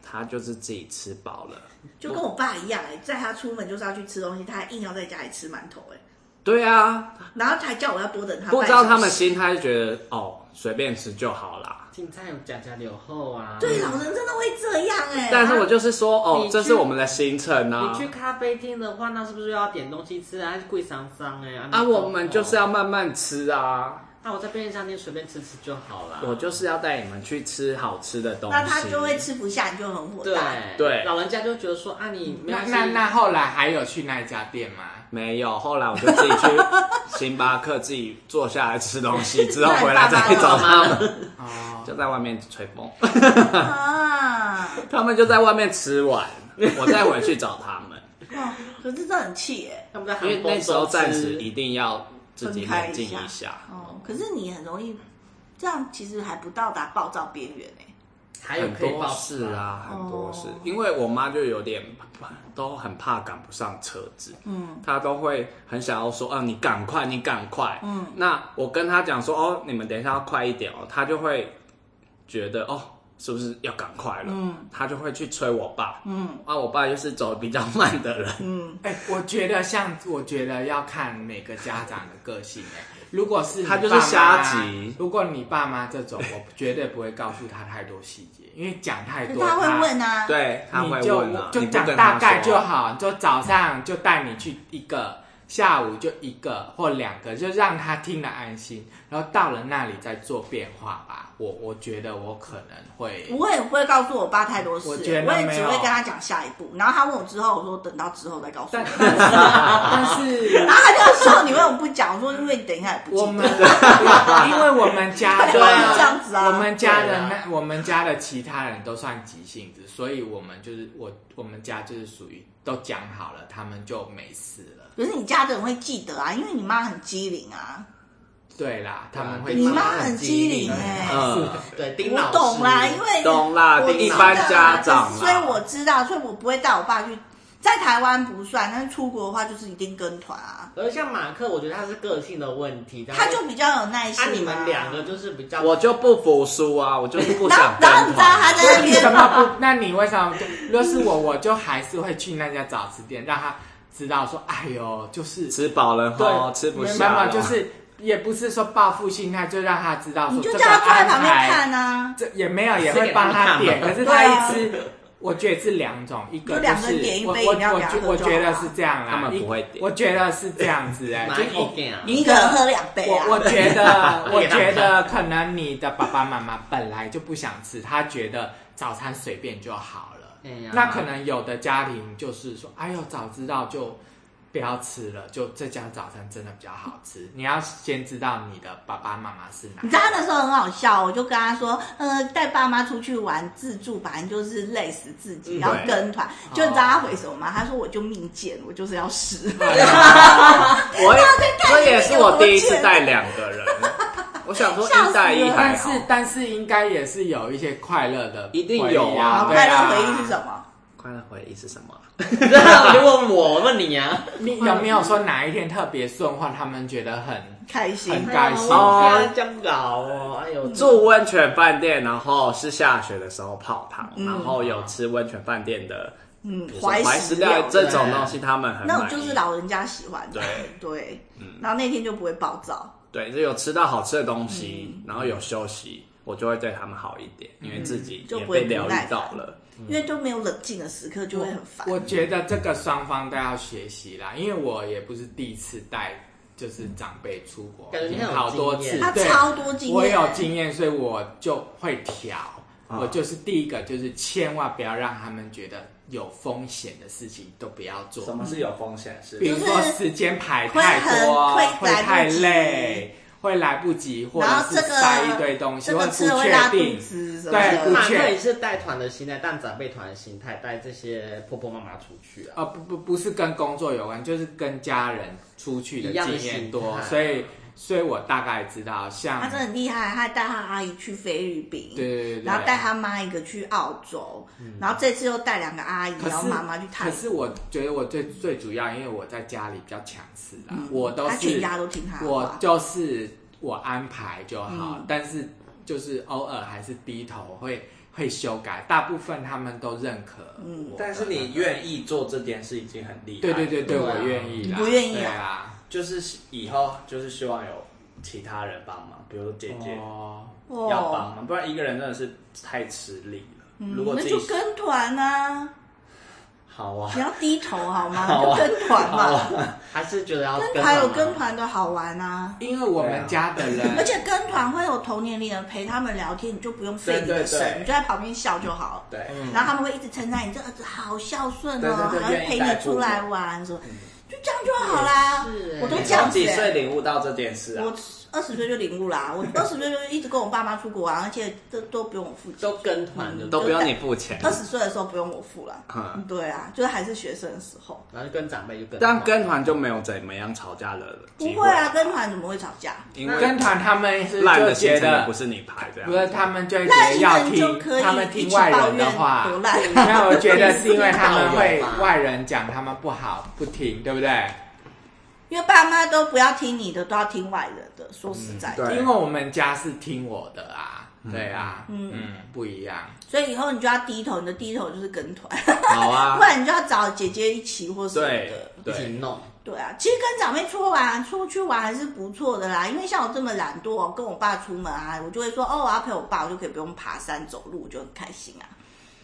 [SPEAKER 3] 他就是自己吃饱了。
[SPEAKER 1] 就跟我爸一样哎，在他出门就是要去吃东西，他还硬要在家里吃馒头哎，
[SPEAKER 3] 对啊，
[SPEAKER 1] 然后才叫我要多等他半小时。
[SPEAKER 3] 不知道他们心态就觉得哦，随便吃就好
[SPEAKER 1] 哎
[SPEAKER 3] 啦。
[SPEAKER 5] 青菜有夹夹留后啊，
[SPEAKER 1] 对老人真的会这样哎，
[SPEAKER 3] 但是我就是说哦
[SPEAKER 5] 你，去
[SPEAKER 3] 这是我们的行程
[SPEAKER 5] 你
[SPEAKER 3] 啊
[SPEAKER 5] 去。咖啡厅的话，那是不是又要点东西吃啊？还是贵桑桑哎？
[SPEAKER 3] 啊，我们就是要。慢慢吃啊！
[SPEAKER 5] 那我在便利商店随便吃吃就好了。
[SPEAKER 3] 我就是要带你们去吃好吃的东西。
[SPEAKER 1] 那他就会吃不下，你就很火
[SPEAKER 5] 对
[SPEAKER 1] 大。
[SPEAKER 3] 对
[SPEAKER 5] 老人家就觉得说啊，你没有
[SPEAKER 2] 那那那后来还有去那一家店吗？
[SPEAKER 3] 没有，后来我就自己去星巴克自己坐下来吃东西，之后回来再去找他们，
[SPEAKER 2] 哦，
[SPEAKER 3] [LAUGHS] 就在外面吹风，
[SPEAKER 1] 啊，
[SPEAKER 3] 他们就在外面吃完，我再回去找他们，
[SPEAKER 1] 哦，可是这很气哎。
[SPEAKER 5] 他们在
[SPEAKER 3] 因
[SPEAKER 5] 韩
[SPEAKER 3] 为
[SPEAKER 5] 国
[SPEAKER 3] 那时候
[SPEAKER 5] 都吃
[SPEAKER 3] 暂时一定要自己冷静
[SPEAKER 1] 分开一
[SPEAKER 3] 一下。
[SPEAKER 1] 哦，可是你很容易，这样其实还不到达暴躁边缘哎。
[SPEAKER 5] 还有
[SPEAKER 3] 很
[SPEAKER 5] 可以
[SPEAKER 3] 多
[SPEAKER 5] 报
[SPEAKER 3] 事
[SPEAKER 5] 复，
[SPEAKER 3] 啊，很多事
[SPEAKER 1] 哦，
[SPEAKER 3] 因为我妈就有点都很怕赶不上车子，
[SPEAKER 1] 嗯，
[SPEAKER 3] 她都会很想要说，啊，你赶哦快，你赶快，嗯，那我跟她讲说，哦，你们等一下要快一点哦，她就会觉得哦，是不是要赶快了？
[SPEAKER 1] 嗯
[SPEAKER 3] 他就会去催我爸。
[SPEAKER 1] 嗯
[SPEAKER 3] 啊，我爸又是走比较慢的人，
[SPEAKER 1] 嗯，
[SPEAKER 2] 哎、我觉得像，我觉得要看每个家长的个性、哎，如果是你
[SPEAKER 3] 他就是
[SPEAKER 2] 爸妈
[SPEAKER 3] 瞎急
[SPEAKER 2] 如果你爸妈这种，我绝对不会告诉他太多细节，因为讲太多
[SPEAKER 6] 他会问啊，
[SPEAKER 3] 对，他会
[SPEAKER 2] 你就
[SPEAKER 3] 问啊，
[SPEAKER 2] 就
[SPEAKER 3] 你不
[SPEAKER 2] 讲
[SPEAKER 3] 跟
[SPEAKER 2] 大
[SPEAKER 3] 他
[SPEAKER 2] 概就
[SPEAKER 3] 说。啊
[SPEAKER 2] 好，就早上就带你去一个，下午就一个或两个，就让他听了安心，然后到了那里再做变化吧。我我觉得我可能会，
[SPEAKER 1] 我也不会告诉我爸太多事，
[SPEAKER 2] 我
[SPEAKER 1] 我
[SPEAKER 2] 觉得
[SPEAKER 1] 也
[SPEAKER 2] 没
[SPEAKER 1] 只
[SPEAKER 2] 有
[SPEAKER 1] 会跟他讲下一步。然后他问我之后，我说等到之后再告诉
[SPEAKER 2] 但
[SPEAKER 1] 你。
[SPEAKER 2] 但是但是
[SPEAKER 1] [LAUGHS] 然后他就说你为什么不讲？我说因为你等一下也不
[SPEAKER 2] 我
[SPEAKER 1] 记
[SPEAKER 2] 们
[SPEAKER 1] 得。
[SPEAKER 2] 因为我们家的
[SPEAKER 1] [LAUGHS] 对啊这样子啊
[SPEAKER 2] 我们家
[SPEAKER 5] 对
[SPEAKER 2] 的
[SPEAKER 5] 啊
[SPEAKER 2] 那我们家的其他人都算急性子，所以我们就是我我们家就是属于都讲好了，他们就没事了。
[SPEAKER 1] 可是你家的人会记得啊，因为你妈很机灵啊，
[SPEAKER 2] 对啦，他们会
[SPEAKER 5] 对啊
[SPEAKER 1] 你
[SPEAKER 5] 妈
[SPEAKER 1] 妈
[SPEAKER 5] 很
[SPEAKER 1] 很
[SPEAKER 5] 机
[SPEAKER 1] 机
[SPEAKER 5] 灵
[SPEAKER 1] 灵哎、
[SPEAKER 3] 嗯，
[SPEAKER 5] 对，丁
[SPEAKER 1] 我
[SPEAKER 5] 老师，
[SPEAKER 1] 懂啦，因为
[SPEAKER 3] 懂啦
[SPEAKER 1] 我
[SPEAKER 3] 一
[SPEAKER 1] 知
[SPEAKER 3] 般
[SPEAKER 1] 道
[SPEAKER 3] 家
[SPEAKER 1] 啦
[SPEAKER 3] 长
[SPEAKER 1] 所以
[SPEAKER 3] 啦
[SPEAKER 1] 我知道，所以我不会带我爸去。在台湾不算，但是出国的话就是一定跟团啊，
[SPEAKER 5] 而像马克，我觉得他是个性的问题，
[SPEAKER 1] 他就比较有耐心、
[SPEAKER 5] 啊，你们两个，就是比较，
[SPEAKER 3] 我就不服输啊，我就是
[SPEAKER 2] [LAUGHS]
[SPEAKER 3] 不
[SPEAKER 1] 然后
[SPEAKER 3] 想跟
[SPEAKER 1] 然后你知道
[SPEAKER 3] 团。
[SPEAKER 1] 他在啊那
[SPEAKER 2] 你什
[SPEAKER 1] 边，[LAUGHS]
[SPEAKER 2] 么不？那你为什么不？若是我，我就还是会去那家早餐店，让他知道说，哎呦，就是
[SPEAKER 3] 吃饱了后
[SPEAKER 2] 对，
[SPEAKER 3] 吃不
[SPEAKER 2] 没
[SPEAKER 3] 下
[SPEAKER 2] 办
[SPEAKER 3] 了，
[SPEAKER 2] 法就是也不是说报复心态，就让他知道
[SPEAKER 1] 你
[SPEAKER 2] 说
[SPEAKER 1] 就
[SPEAKER 2] 这
[SPEAKER 1] 叫
[SPEAKER 2] 个
[SPEAKER 1] 他坐在
[SPEAKER 2] 安
[SPEAKER 1] 旁边
[SPEAKER 2] 排，
[SPEAKER 1] 看啊，
[SPEAKER 2] 这也没有也会帮他点，
[SPEAKER 5] 是给他看嘛
[SPEAKER 2] 可是他一吃。我觉得是两种，一个
[SPEAKER 1] 就两个
[SPEAKER 2] 是
[SPEAKER 1] 点一
[SPEAKER 2] 我
[SPEAKER 1] 杯
[SPEAKER 2] 我
[SPEAKER 1] 饮料
[SPEAKER 2] 我
[SPEAKER 1] 给他
[SPEAKER 2] 觉
[SPEAKER 1] 喝
[SPEAKER 2] 我
[SPEAKER 1] 就
[SPEAKER 2] 觉得
[SPEAKER 1] 好
[SPEAKER 2] 是这样啦，
[SPEAKER 3] 他们
[SPEAKER 2] 一
[SPEAKER 3] 不会点
[SPEAKER 2] 我觉得是这样子
[SPEAKER 5] [LAUGHS]
[SPEAKER 2] 哎、就
[SPEAKER 5] 蛮
[SPEAKER 2] 一
[SPEAKER 5] 有点啊，
[SPEAKER 1] 你一个人喝两杯啊
[SPEAKER 2] 我。我觉得，我觉得可能你的爸爸妈妈本来就不想吃，他觉得早餐随便就好了。
[SPEAKER 5] 哎呀
[SPEAKER 2] 那可能有的家庭就是说，哎呦，早知道就不要吃了，就这家早餐真的比较好吃。你要先知道你的爸爸妈妈是哪。
[SPEAKER 1] 你知道他那时候很好笑，我就跟他说，呃，带爸妈出去玩自助，反正就是累死自己，
[SPEAKER 2] 嗯
[SPEAKER 1] 然后跟
[SPEAKER 2] 哦
[SPEAKER 1] 团。就你知道他回什么吗？他说我就命贱，我就是要死。
[SPEAKER 2] [LAUGHS] 啊
[SPEAKER 3] 我也这也是我第一
[SPEAKER 1] 我
[SPEAKER 3] 次
[SPEAKER 1] 见
[SPEAKER 3] 带两个
[SPEAKER 1] [LAUGHS]
[SPEAKER 3] 人，我想说一带一还
[SPEAKER 2] 但
[SPEAKER 3] 好
[SPEAKER 5] 哎
[SPEAKER 2] 是，但是应该也是有一些快乐的回忆，
[SPEAKER 3] 一定有
[SPEAKER 2] 啊
[SPEAKER 3] 啊！
[SPEAKER 1] 快
[SPEAKER 2] 对啊
[SPEAKER 1] 乐回忆是什么？
[SPEAKER 3] 快乐回忆是什么啊？
[SPEAKER 5] 我就问我，我问
[SPEAKER 1] [LAUGHS]
[SPEAKER 5] 你啊，
[SPEAKER 2] 你有没有说哪一天特别顺，或他们觉得很
[SPEAKER 1] 开心。
[SPEAKER 2] 很开心？
[SPEAKER 5] 哦，这样搞哦，哎呦，
[SPEAKER 1] 嗯
[SPEAKER 3] 住温泉饭店，然后是下雪的时候泡汤，然后有吃温泉饭店的
[SPEAKER 1] 嗯
[SPEAKER 3] 比，如说
[SPEAKER 1] 怀
[SPEAKER 3] 怀
[SPEAKER 1] 石
[SPEAKER 3] 石
[SPEAKER 1] 料
[SPEAKER 3] 料
[SPEAKER 1] 理
[SPEAKER 3] 这种东西，他们很
[SPEAKER 1] 那种
[SPEAKER 3] 满
[SPEAKER 1] 就是
[SPEAKER 3] 意
[SPEAKER 1] 老人家喜欢的，
[SPEAKER 3] 对
[SPEAKER 1] 对，
[SPEAKER 2] 嗯
[SPEAKER 1] 然后那天就不会暴躁，
[SPEAKER 3] 对，就有吃到好吃的东
[SPEAKER 1] 嗯
[SPEAKER 3] 西，然后有休息，我就会对他们好一点，因为自己
[SPEAKER 1] 就
[SPEAKER 3] 也
[SPEAKER 1] 不会
[SPEAKER 3] 被疗
[SPEAKER 1] 不
[SPEAKER 3] 愈
[SPEAKER 1] 耐烦
[SPEAKER 3] 到了。
[SPEAKER 1] 因嗯为就没有冷静的时刻，就
[SPEAKER 5] 啊
[SPEAKER 1] 会啊很烦。
[SPEAKER 2] 嗯我觉得这个双方都要学习啦，因为我也不是第一次带，就是长辈出国，
[SPEAKER 5] 感觉你
[SPEAKER 2] 已
[SPEAKER 5] 很有
[SPEAKER 2] 经好多
[SPEAKER 5] 经
[SPEAKER 2] 次，
[SPEAKER 5] 验
[SPEAKER 1] 他
[SPEAKER 2] 对，
[SPEAKER 1] 超多经验，
[SPEAKER 2] 我有经验，所以我就会调。
[SPEAKER 3] 啊
[SPEAKER 2] 我就是第一个，就是千万不要让他们觉得有风险的事情都不要做，
[SPEAKER 3] 么是有风险是
[SPEAKER 2] 比如说
[SPEAKER 1] 就是
[SPEAKER 2] 时间排太多，
[SPEAKER 1] 会
[SPEAKER 2] 会
[SPEAKER 1] 很会来不及
[SPEAKER 2] 太累，会来不及，或者
[SPEAKER 1] 然后
[SPEAKER 2] 是
[SPEAKER 1] 这个
[SPEAKER 2] 塞一堆东西，
[SPEAKER 1] 这
[SPEAKER 2] 或
[SPEAKER 1] 个
[SPEAKER 2] 者
[SPEAKER 1] 吃了
[SPEAKER 2] 不
[SPEAKER 1] 会
[SPEAKER 2] 确
[SPEAKER 1] 拉肚
[SPEAKER 2] 定。
[SPEAKER 1] 子什么
[SPEAKER 2] 对
[SPEAKER 1] 的
[SPEAKER 2] 不
[SPEAKER 5] 马克
[SPEAKER 2] 确
[SPEAKER 5] 也是带团的心态，但长辈团的心态，带这些婆婆妈妈出去啊，
[SPEAKER 1] 哦
[SPEAKER 2] 啊，不不不是跟工作有关，就是跟家人出去的
[SPEAKER 5] 一样的
[SPEAKER 2] 经验
[SPEAKER 5] 心
[SPEAKER 2] 多，
[SPEAKER 5] 态
[SPEAKER 2] 所以所以我大概知道，像
[SPEAKER 1] 他真的很厉害，他还带他阿姨去菲律宾，
[SPEAKER 2] 对对对对
[SPEAKER 1] 然后带他妈一个去澳洲，
[SPEAKER 3] 嗯
[SPEAKER 1] 然后这次又带两个阿姨，
[SPEAKER 2] 可
[SPEAKER 1] 然后
[SPEAKER 2] 是
[SPEAKER 1] 妈妈去泰
[SPEAKER 2] 可
[SPEAKER 1] 国，
[SPEAKER 2] 是我觉得我最最主要，因为我在家里比较强势啦，我都
[SPEAKER 1] 嗯他全
[SPEAKER 2] 是
[SPEAKER 1] 家都听他的
[SPEAKER 2] 我
[SPEAKER 1] 话，嗯
[SPEAKER 2] 就是我安排就好，但是就是偶尔还是低头会会修改，大部分他们都认可我的
[SPEAKER 1] 嗯
[SPEAKER 2] 那个。
[SPEAKER 3] 但是你愿意做这件事已经很厉害。
[SPEAKER 2] 对对对对，
[SPEAKER 5] 对啊
[SPEAKER 2] 我愿意啦，
[SPEAKER 1] 你不愿意啊
[SPEAKER 2] 对啊？
[SPEAKER 3] 就是以后就是希望有其他人帮忙，比如说姐姐
[SPEAKER 2] 哦，
[SPEAKER 3] 要
[SPEAKER 1] 哦，
[SPEAKER 3] 帮忙，不然一个人真的是太吃力了。如果
[SPEAKER 1] 嗯那
[SPEAKER 3] 自
[SPEAKER 1] 就
[SPEAKER 3] 己
[SPEAKER 1] 跟嗯团啊，
[SPEAKER 3] 好啊
[SPEAKER 1] 不，要低头好吗？
[SPEAKER 3] [LAUGHS] 好
[SPEAKER 1] 就
[SPEAKER 3] 啊
[SPEAKER 1] 跟团
[SPEAKER 3] 好
[SPEAKER 1] 嘛，
[SPEAKER 3] 啊，
[SPEAKER 5] 还是觉得要
[SPEAKER 1] 跟
[SPEAKER 5] 跟
[SPEAKER 1] 团有
[SPEAKER 5] 妈妈
[SPEAKER 1] 跟团的好玩啊。
[SPEAKER 2] 因为我们家的人，
[SPEAKER 3] 啊
[SPEAKER 1] 而且跟团会有同年龄人陪他们聊天，你就不用费你的神，
[SPEAKER 3] 对对对
[SPEAKER 1] 你就在旁边笑就好。
[SPEAKER 3] 对，
[SPEAKER 1] 然后他们会一直称赞你，这儿子好孝顺哦，
[SPEAKER 3] 对对对
[SPEAKER 1] 还会陪你出来玩，什么，就这样就好啦。
[SPEAKER 5] 是欸
[SPEAKER 1] 我都
[SPEAKER 3] 你
[SPEAKER 1] 这样
[SPEAKER 3] 从
[SPEAKER 1] 子、
[SPEAKER 3] 几岁
[SPEAKER 1] 欸。
[SPEAKER 3] 领悟到这件事啊
[SPEAKER 1] 我？二十岁就领悟啦，我二十岁就一直跟我爸妈出国玩，而且这都不用我付钱。
[SPEAKER 5] 都跟团
[SPEAKER 1] 嗯
[SPEAKER 5] 的，
[SPEAKER 3] 都不用你付钱，
[SPEAKER 1] 二十岁的时候不用我付啦。
[SPEAKER 3] 嗯
[SPEAKER 1] 对啊，就是还是学生的时候。
[SPEAKER 5] 然后就跟长辈就跟团，
[SPEAKER 3] 但跟团就没有怎么样吵架的
[SPEAKER 1] 不
[SPEAKER 3] 机
[SPEAKER 1] 会啊，，跟团怎么会吵架？
[SPEAKER 3] 因为
[SPEAKER 2] 跟团他们是
[SPEAKER 3] 烂
[SPEAKER 2] 就
[SPEAKER 3] 的
[SPEAKER 2] 觉
[SPEAKER 3] 行程也
[SPEAKER 2] 得
[SPEAKER 3] 不是你排这样
[SPEAKER 2] 不。是他们就会觉
[SPEAKER 1] 那
[SPEAKER 2] 得
[SPEAKER 1] 一
[SPEAKER 2] 要
[SPEAKER 1] 人
[SPEAKER 2] 听
[SPEAKER 1] 就可
[SPEAKER 2] 他们
[SPEAKER 1] 以一
[SPEAKER 2] 听
[SPEAKER 1] 起
[SPEAKER 2] 外
[SPEAKER 1] 抱
[SPEAKER 2] 人的
[SPEAKER 1] 怨
[SPEAKER 2] 话，啊
[SPEAKER 1] 多烂。
[SPEAKER 2] 那我觉得是因为
[SPEAKER 3] [LAUGHS]
[SPEAKER 2] 他们
[SPEAKER 5] 导
[SPEAKER 2] 会
[SPEAKER 5] 游吧
[SPEAKER 2] 外人讲他们不好，不听，对不对？
[SPEAKER 1] 因为爸
[SPEAKER 2] 嗯
[SPEAKER 1] 妈都不要听你的，都要听外人的。说实在的，
[SPEAKER 3] 对
[SPEAKER 2] 因为我们家是听我的啊，对啊，嗯不一样，
[SPEAKER 1] 所以以后你就要低头，你的低头就是跟团，
[SPEAKER 3] 好啊
[SPEAKER 1] 不，然你就要找姐姐一起或什么
[SPEAKER 3] 对
[SPEAKER 1] 的。
[SPEAKER 5] 一起
[SPEAKER 3] 对，
[SPEAKER 5] 弄，
[SPEAKER 1] 对啊，其实跟长辈出玩出去玩还是不错的啦。因为像我这么懒惰，跟我爸出门啊，我就会说哦，我要陪我爸，我就可以不用爬山走路，我就很开心啊。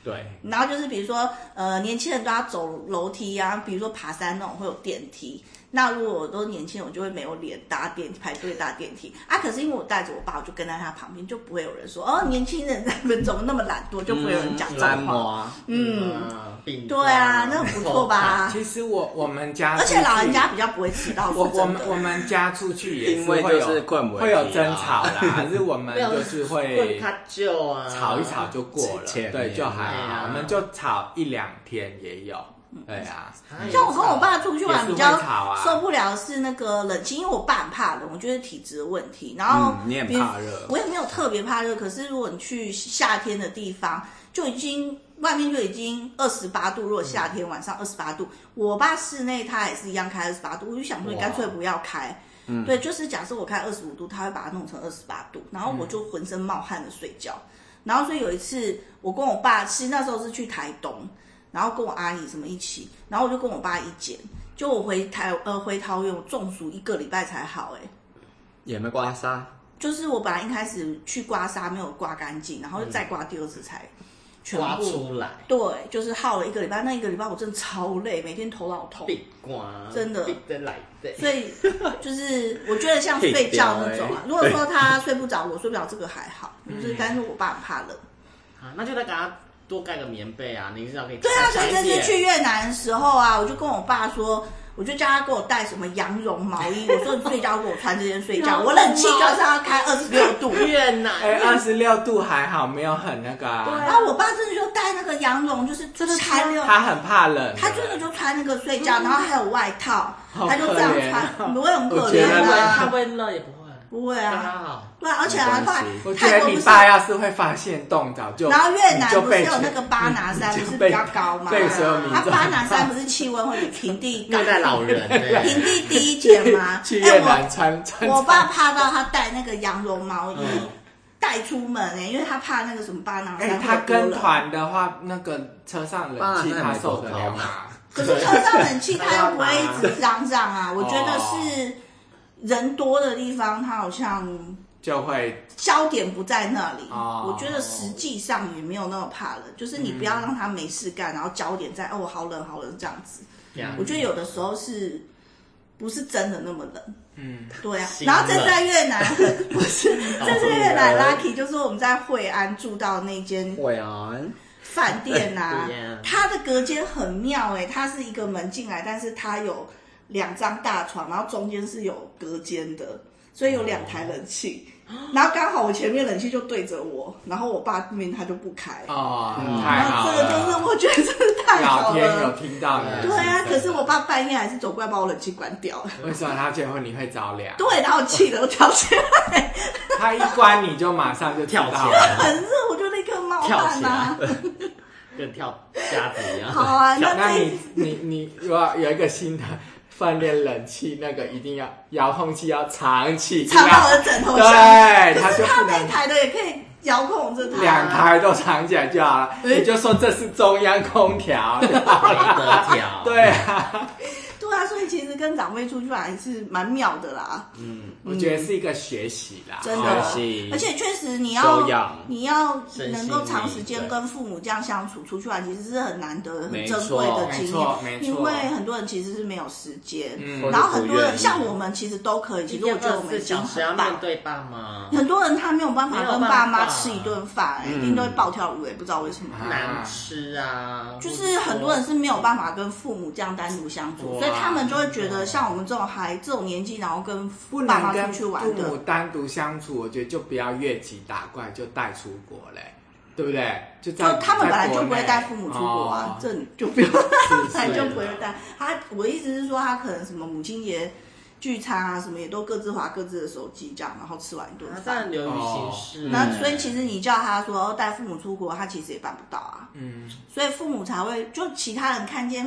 [SPEAKER 3] 对，
[SPEAKER 1] 然后就是比如说，呃，年轻人都要走楼梯啊，比如说爬山那种会有电梯。那如果我都年轻人，我就会没有脸搭电梯排队搭电梯啊。可是因为我带着我爸，我就跟在他旁边，就不会有人说哦，年轻人 [LAUGHS] 你们怎么那么懒惰，就不会有人讲这
[SPEAKER 3] 三
[SPEAKER 1] 种话。
[SPEAKER 3] 模啊，
[SPEAKER 1] 嗯，
[SPEAKER 5] 啊，并
[SPEAKER 1] 对啊，那很不错？
[SPEAKER 5] [LAUGHS]
[SPEAKER 1] 吧？
[SPEAKER 2] 其实我我们家出
[SPEAKER 1] 而
[SPEAKER 2] 去，
[SPEAKER 1] 且老人家比较不会迟到，
[SPEAKER 2] 我
[SPEAKER 1] 说
[SPEAKER 2] 我
[SPEAKER 1] 真
[SPEAKER 2] 们
[SPEAKER 1] 的。
[SPEAKER 2] 我们家出去也
[SPEAKER 3] 因
[SPEAKER 2] 会
[SPEAKER 3] 为
[SPEAKER 2] 有
[SPEAKER 3] 就是困不
[SPEAKER 2] 会有
[SPEAKER 3] 起啊
[SPEAKER 2] 争吵
[SPEAKER 3] [LAUGHS]
[SPEAKER 2] 啦，可是我们就是
[SPEAKER 5] 问
[SPEAKER 2] 会
[SPEAKER 5] 他舅啊，
[SPEAKER 2] 吵一吵就过了，
[SPEAKER 3] 前面
[SPEAKER 2] 对，就还
[SPEAKER 5] 对
[SPEAKER 2] 好，
[SPEAKER 5] 啊
[SPEAKER 2] 我们就吵一两天也有，对啊，
[SPEAKER 5] 哎，
[SPEAKER 1] 像我跟我爸出去玩
[SPEAKER 2] 也是
[SPEAKER 1] 比
[SPEAKER 2] 会
[SPEAKER 1] 较
[SPEAKER 2] 吵啊
[SPEAKER 1] 受不了是那个冷气，因为我爸很怕冷，我觉得体质的问题。然后
[SPEAKER 3] 嗯你也很
[SPEAKER 1] 比如
[SPEAKER 3] 怕热
[SPEAKER 1] 我也没有特别怕热，可是如果你去夏天的地方，就已经外面就已经二十八度，如果
[SPEAKER 3] 嗯
[SPEAKER 1] 夏天晚上二十八度，我爸室内他也是一样开二十八度，我就想说你干脆不要开。
[SPEAKER 3] 嗯
[SPEAKER 1] 对，就是假设我开二十五度，他会把它弄成二十八度，然后
[SPEAKER 3] 嗯
[SPEAKER 1] 我就浑身冒汗的睡觉。然后所以有一次，我跟我爸，其实那时候是去台东，然后跟我阿姨什么一起，然后我就跟我爸一检，就我回台呃回桃园，我中暑一个礼拜才好、欸，
[SPEAKER 3] 也没刮痧，
[SPEAKER 1] 就是我本来一开始去刮痧没有刮干净，然后再刮第二次才全
[SPEAKER 5] 刮
[SPEAKER 1] 部。
[SPEAKER 5] 出来，
[SPEAKER 1] 对，就是耗了一个礼拜，那一个礼拜我真的超累，每天头老痛。
[SPEAKER 5] 必刮，
[SPEAKER 1] 真的
[SPEAKER 5] 必得来的，
[SPEAKER 1] 所以就是我觉得像睡觉那种啊，如果说他睡不着，我睡不着这个还好，就是但是我爸很怕冷。
[SPEAKER 5] 啊，那就再给他多盖个棉被啊，你至少可以
[SPEAKER 1] 对啊，所
[SPEAKER 5] 盖
[SPEAKER 1] 以
[SPEAKER 5] 一
[SPEAKER 1] 这
[SPEAKER 5] 点
[SPEAKER 1] 次去越南的时候啊，我就跟我爸说。我就叫他给我带什么羊绒毛衣，我说你睡觉给我穿这件 [LAUGHS] 睡觉，我冷气就是要开二十六度。
[SPEAKER 5] [LAUGHS] 越南，
[SPEAKER 2] 哎，二十六度还好，没有很那个啊，
[SPEAKER 1] 然后我爸真的就带那个羊绒，就是真的穿，
[SPEAKER 2] 他很怕冷，
[SPEAKER 1] 他真的就穿那个睡觉，然后还有外套，
[SPEAKER 2] 好
[SPEAKER 1] 他就这样
[SPEAKER 2] 可怜啊
[SPEAKER 1] 穿，不会很可
[SPEAKER 3] 我觉
[SPEAKER 1] 怜
[SPEAKER 3] 得
[SPEAKER 5] 他不会，
[SPEAKER 1] 啊
[SPEAKER 5] 他，会热也不会，
[SPEAKER 1] 不会
[SPEAKER 5] 刚
[SPEAKER 1] 啊。
[SPEAKER 5] 刚好，
[SPEAKER 1] 对啊，而且啊，
[SPEAKER 3] 没
[SPEAKER 1] 后
[SPEAKER 3] 关
[SPEAKER 1] 来
[SPEAKER 3] 系
[SPEAKER 2] 我觉
[SPEAKER 1] 泰
[SPEAKER 2] 得
[SPEAKER 1] 国
[SPEAKER 2] 你
[SPEAKER 1] 不是，
[SPEAKER 2] 爸要是会发现冻早就，
[SPEAKER 1] 然后越南
[SPEAKER 2] 你就
[SPEAKER 1] 不是
[SPEAKER 2] 被
[SPEAKER 1] 有那个巴拿山不是
[SPEAKER 2] 被
[SPEAKER 1] 比较高嘛？
[SPEAKER 2] 被所有民
[SPEAKER 1] 它
[SPEAKER 2] 众？
[SPEAKER 1] 巴拿山不是气温会比平地高
[SPEAKER 5] 虐，待老人 [LAUGHS] 呢，
[SPEAKER 1] 平地低一点吗
[SPEAKER 2] [LAUGHS] 去
[SPEAKER 1] 哎
[SPEAKER 2] 越南穿穿
[SPEAKER 1] 我我爸怕到他带那个羊绒毛衣
[SPEAKER 5] 嗯
[SPEAKER 1] 带出门哎，因为他怕那个什么巴拿
[SPEAKER 2] 哎、
[SPEAKER 1] 山。
[SPEAKER 2] 他跟，团的话，那个车上冷气
[SPEAKER 3] 爸那
[SPEAKER 2] 他
[SPEAKER 3] 你
[SPEAKER 2] 受
[SPEAKER 3] 多
[SPEAKER 2] 得
[SPEAKER 3] 高
[SPEAKER 2] 了
[SPEAKER 3] 嘛
[SPEAKER 2] 吗？
[SPEAKER 1] 可是车上冷气
[SPEAKER 5] 那
[SPEAKER 1] 他
[SPEAKER 5] 要
[SPEAKER 1] 又不会
[SPEAKER 5] 拔
[SPEAKER 1] 一直嚷嚷啊。我觉得
[SPEAKER 2] 哦
[SPEAKER 1] 是人多的地方，他好像
[SPEAKER 2] 就会
[SPEAKER 1] 焦点不在那里，
[SPEAKER 2] 哦
[SPEAKER 1] 我觉得实际上也没有那么怕冷，就是你不要让他没事干，然后焦点在哦好冷好冷这样子。
[SPEAKER 5] 嗯
[SPEAKER 1] 我觉得有的时候是不是真的那么冷？
[SPEAKER 2] 嗯，
[SPEAKER 1] 对啊，
[SPEAKER 5] 心
[SPEAKER 1] 然
[SPEAKER 5] 冷
[SPEAKER 1] 后这次在越南，不是 [LAUGHS] 这次越南
[SPEAKER 3] 冷
[SPEAKER 1] lucky 就是我们在惠安住到那间
[SPEAKER 3] 会啊，
[SPEAKER 1] 饭店呐、
[SPEAKER 5] 对呀
[SPEAKER 1] 它的隔间很妙哎、它是一个门进来，但是它有两张大床，然后中间是有隔间的，所以有两台冷气。然后刚好我前面冷气就对着我，然后我爸那边他就不开，
[SPEAKER 2] 哦，
[SPEAKER 3] 嗯
[SPEAKER 2] 太
[SPEAKER 1] 然
[SPEAKER 2] 好
[SPEAKER 1] 后这个就是
[SPEAKER 2] 了，
[SPEAKER 1] 我觉得真的太
[SPEAKER 2] 老
[SPEAKER 1] 好
[SPEAKER 2] 天有
[SPEAKER 1] 了。
[SPEAKER 2] 听到你的心
[SPEAKER 1] 对
[SPEAKER 2] 声。
[SPEAKER 1] 啊，可是我爸半夜还是走过来把我冷气关掉了。
[SPEAKER 2] 为什么他结婚你会着凉？
[SPEAKER 1] 对，啊然后我气得我跳起来，
[SPEAKER 2] 他一关你就马上就知道
[SPEAKER 5] 跳起
[SPEAKER 2] 了。
[SPEAKER 5] 来
[SPEAKER 1] 很热，我就立刻冒
[SPEAKER 5] 跳
[SPEAKER 1] 汗
[SPEAKER 5] 起
[SPEAKER 1] 啊
[SPEAKER 5] 来。，跟跳瞎子一样。
[SPEAKER 1] 好啊，那
[SPEAKER 2] 那
[SPEAKER 1] 这
[SPEAKER 2] 你你你如果有一个新的 [LAUGHS] 饭店冷气，那个一定要遥控器要长期
[SPEAKER 1] 藏到我的枕头下。
[SPEAKER 2] 对，
[SPEAKER 1] 可
[SPEAKER 2] 他
[SPEAKER 1] 是
[SPEAKER 2] 就
[SPEAKER 1] 他
[SPEAKER 2] 不
[SPEAKER 1] 那
[SPEAKER 2] 能
[SPEAKER 1] 台的也可以遥控这台、
[SPEAKER 2] [LAUGHS]
[SPEAKER 1] 啊。
[SPEAKER 2] 两台都藏起来就好了。
[SPEAKER 1] 哎
[SPEAKER 2] 你就说这是中央
[SPEAKER 1] [LAUGHS]
[SPEAKER 2] 空调，
[SPEAKER 5] 得条，
[SPEAKER 2] 对啊。
[SPEAKER 1] 对啊，所以其实跟长辈出去玩还是蛮妙的啦，
[SPEAKER 2] 我觉得是一个学习啦，
[SPEAKER 1] 真
[SPEAKER 2] 哦
[SPEAKER 1] 的
[SPEAKER 3] 学习。
[SPEAKER 1] 而且确实你
[SPEAKER 3] 嗯修
[SPEAKER 1] 要
[SPEAKER 3] 养
[SPEAKER 1] 你要
[SPEAKER 5] 身
[SPEAKER 1] 能
[SPEAKER 5] 心
[SPEAKER 1] 够长时
[SPEAKER 5] 灵
[SPEAKER 1] 间
[SPEAKER 5] 对
[SPEAKER 1] 跟父母这样相处，出去玩其实是很难得、很
[SPEAKER 3] 没
[SPEAKER 1] 珍贵
[SPEAKER 3] 错
[SPEAKER 1] 的
[SPEAKER 2] 没
[SPEAKER 1] 经
[SPEAKER 2] 错
[SPEAKER 1] 验，
[SPEAKER 2] 没
[SPEAKER 1] 因
[SPEAKER 2] 错
[SPEAKER 1] 为很多人其实是没有时间，
[SPEAKER 2] 嗯
[SPEAKER 1] 然后很多
[SPEAKER 3] 或者不愿
[SPEAKER 1] 人
[SPEAKER 3] 意
[SPEAKER 1] 像我们其实都可以，其
[SPEAKER 5] 一
[SPEAKER 1] 实我
[SPEAKER 5] 天
[SPEAKER 1] 觉得我
[SPEAKER 5] 二十
[SPEAKER 1] 们已
[SPEAKER 5] 四
[SPEAKER 1] 经
[SPEAKER 5] 小时要
[SPEAKER 1] 很
[SPEAKER 5] 面
[SPEAKER 1] 棒。
[SPEAKER 5] 对爸妈，
[SPEAKER 1] 很多人他没有办法
[SPEAKER 5] 没有
[SPEAKER 1] 跟
[SPEAKER 5] 办
[SPEAKER 1] 爸妈
[SPEAKER 5] 法
[SPEAKER 1] 吃一顿饭、一定都会暴跳如雷，不知道为什么。
[SPEAKER 5] 难吃啊，
[SPEAKER 1] 就是很多人是没有办法跟父母这样单独相处，
[SPEAKER 2] 哇
[SPEAKER 1] 所以他们就会觉得像我们这种孩这种年纪，然后跟
[SPEAKER 2] 啊不
[SPEAKER 1] 爸
[SPEAKER 2] 能
[SPEAKER 1] 妈
[SPEAKER 2] 跟
[SPEAKER 1] 出去
[SPEAKER 2] 父
[SPEAKER 1] 玩的
[SPEAKER 2] 母，单独相处，我觉得就不要越级打怪，就带出国嘞，对不对？就
[SPEAKER 1] 就
[SPEAKER 2] 在
[SPEAKER 1] 他们本来就不会带
[SPEAKER 2] 在
[SPEAKER 1] 父
[SPEAKER 2] 国内
[SPEAKER 1] 母出国啊
[SPEAKER 2] 哦，
[SPEAKER 1] 这你就不用，
[SPEAKER 2] 是
[SPEAKER 1] [LAUGHS] 本来就不会带。他我的意思是说，他可能什么母亲节聚餐啊，什么也都各自划各自的手机这样，然后吃完一顿
[SPEAKER 5] 啊这
[SPEAKER 1] 饭
[SPEAKER 5] 样。流于形式，
[SPEAKER 1] 那
[SPEAKER 2] 嗯
[SPEAKER 1] 所以其实你叫他说哦带父母出国，他其实也办不到啊。
[SPEAKER 2] 嗯，
[SPEAKER 1] 所以父母才会就其他人看见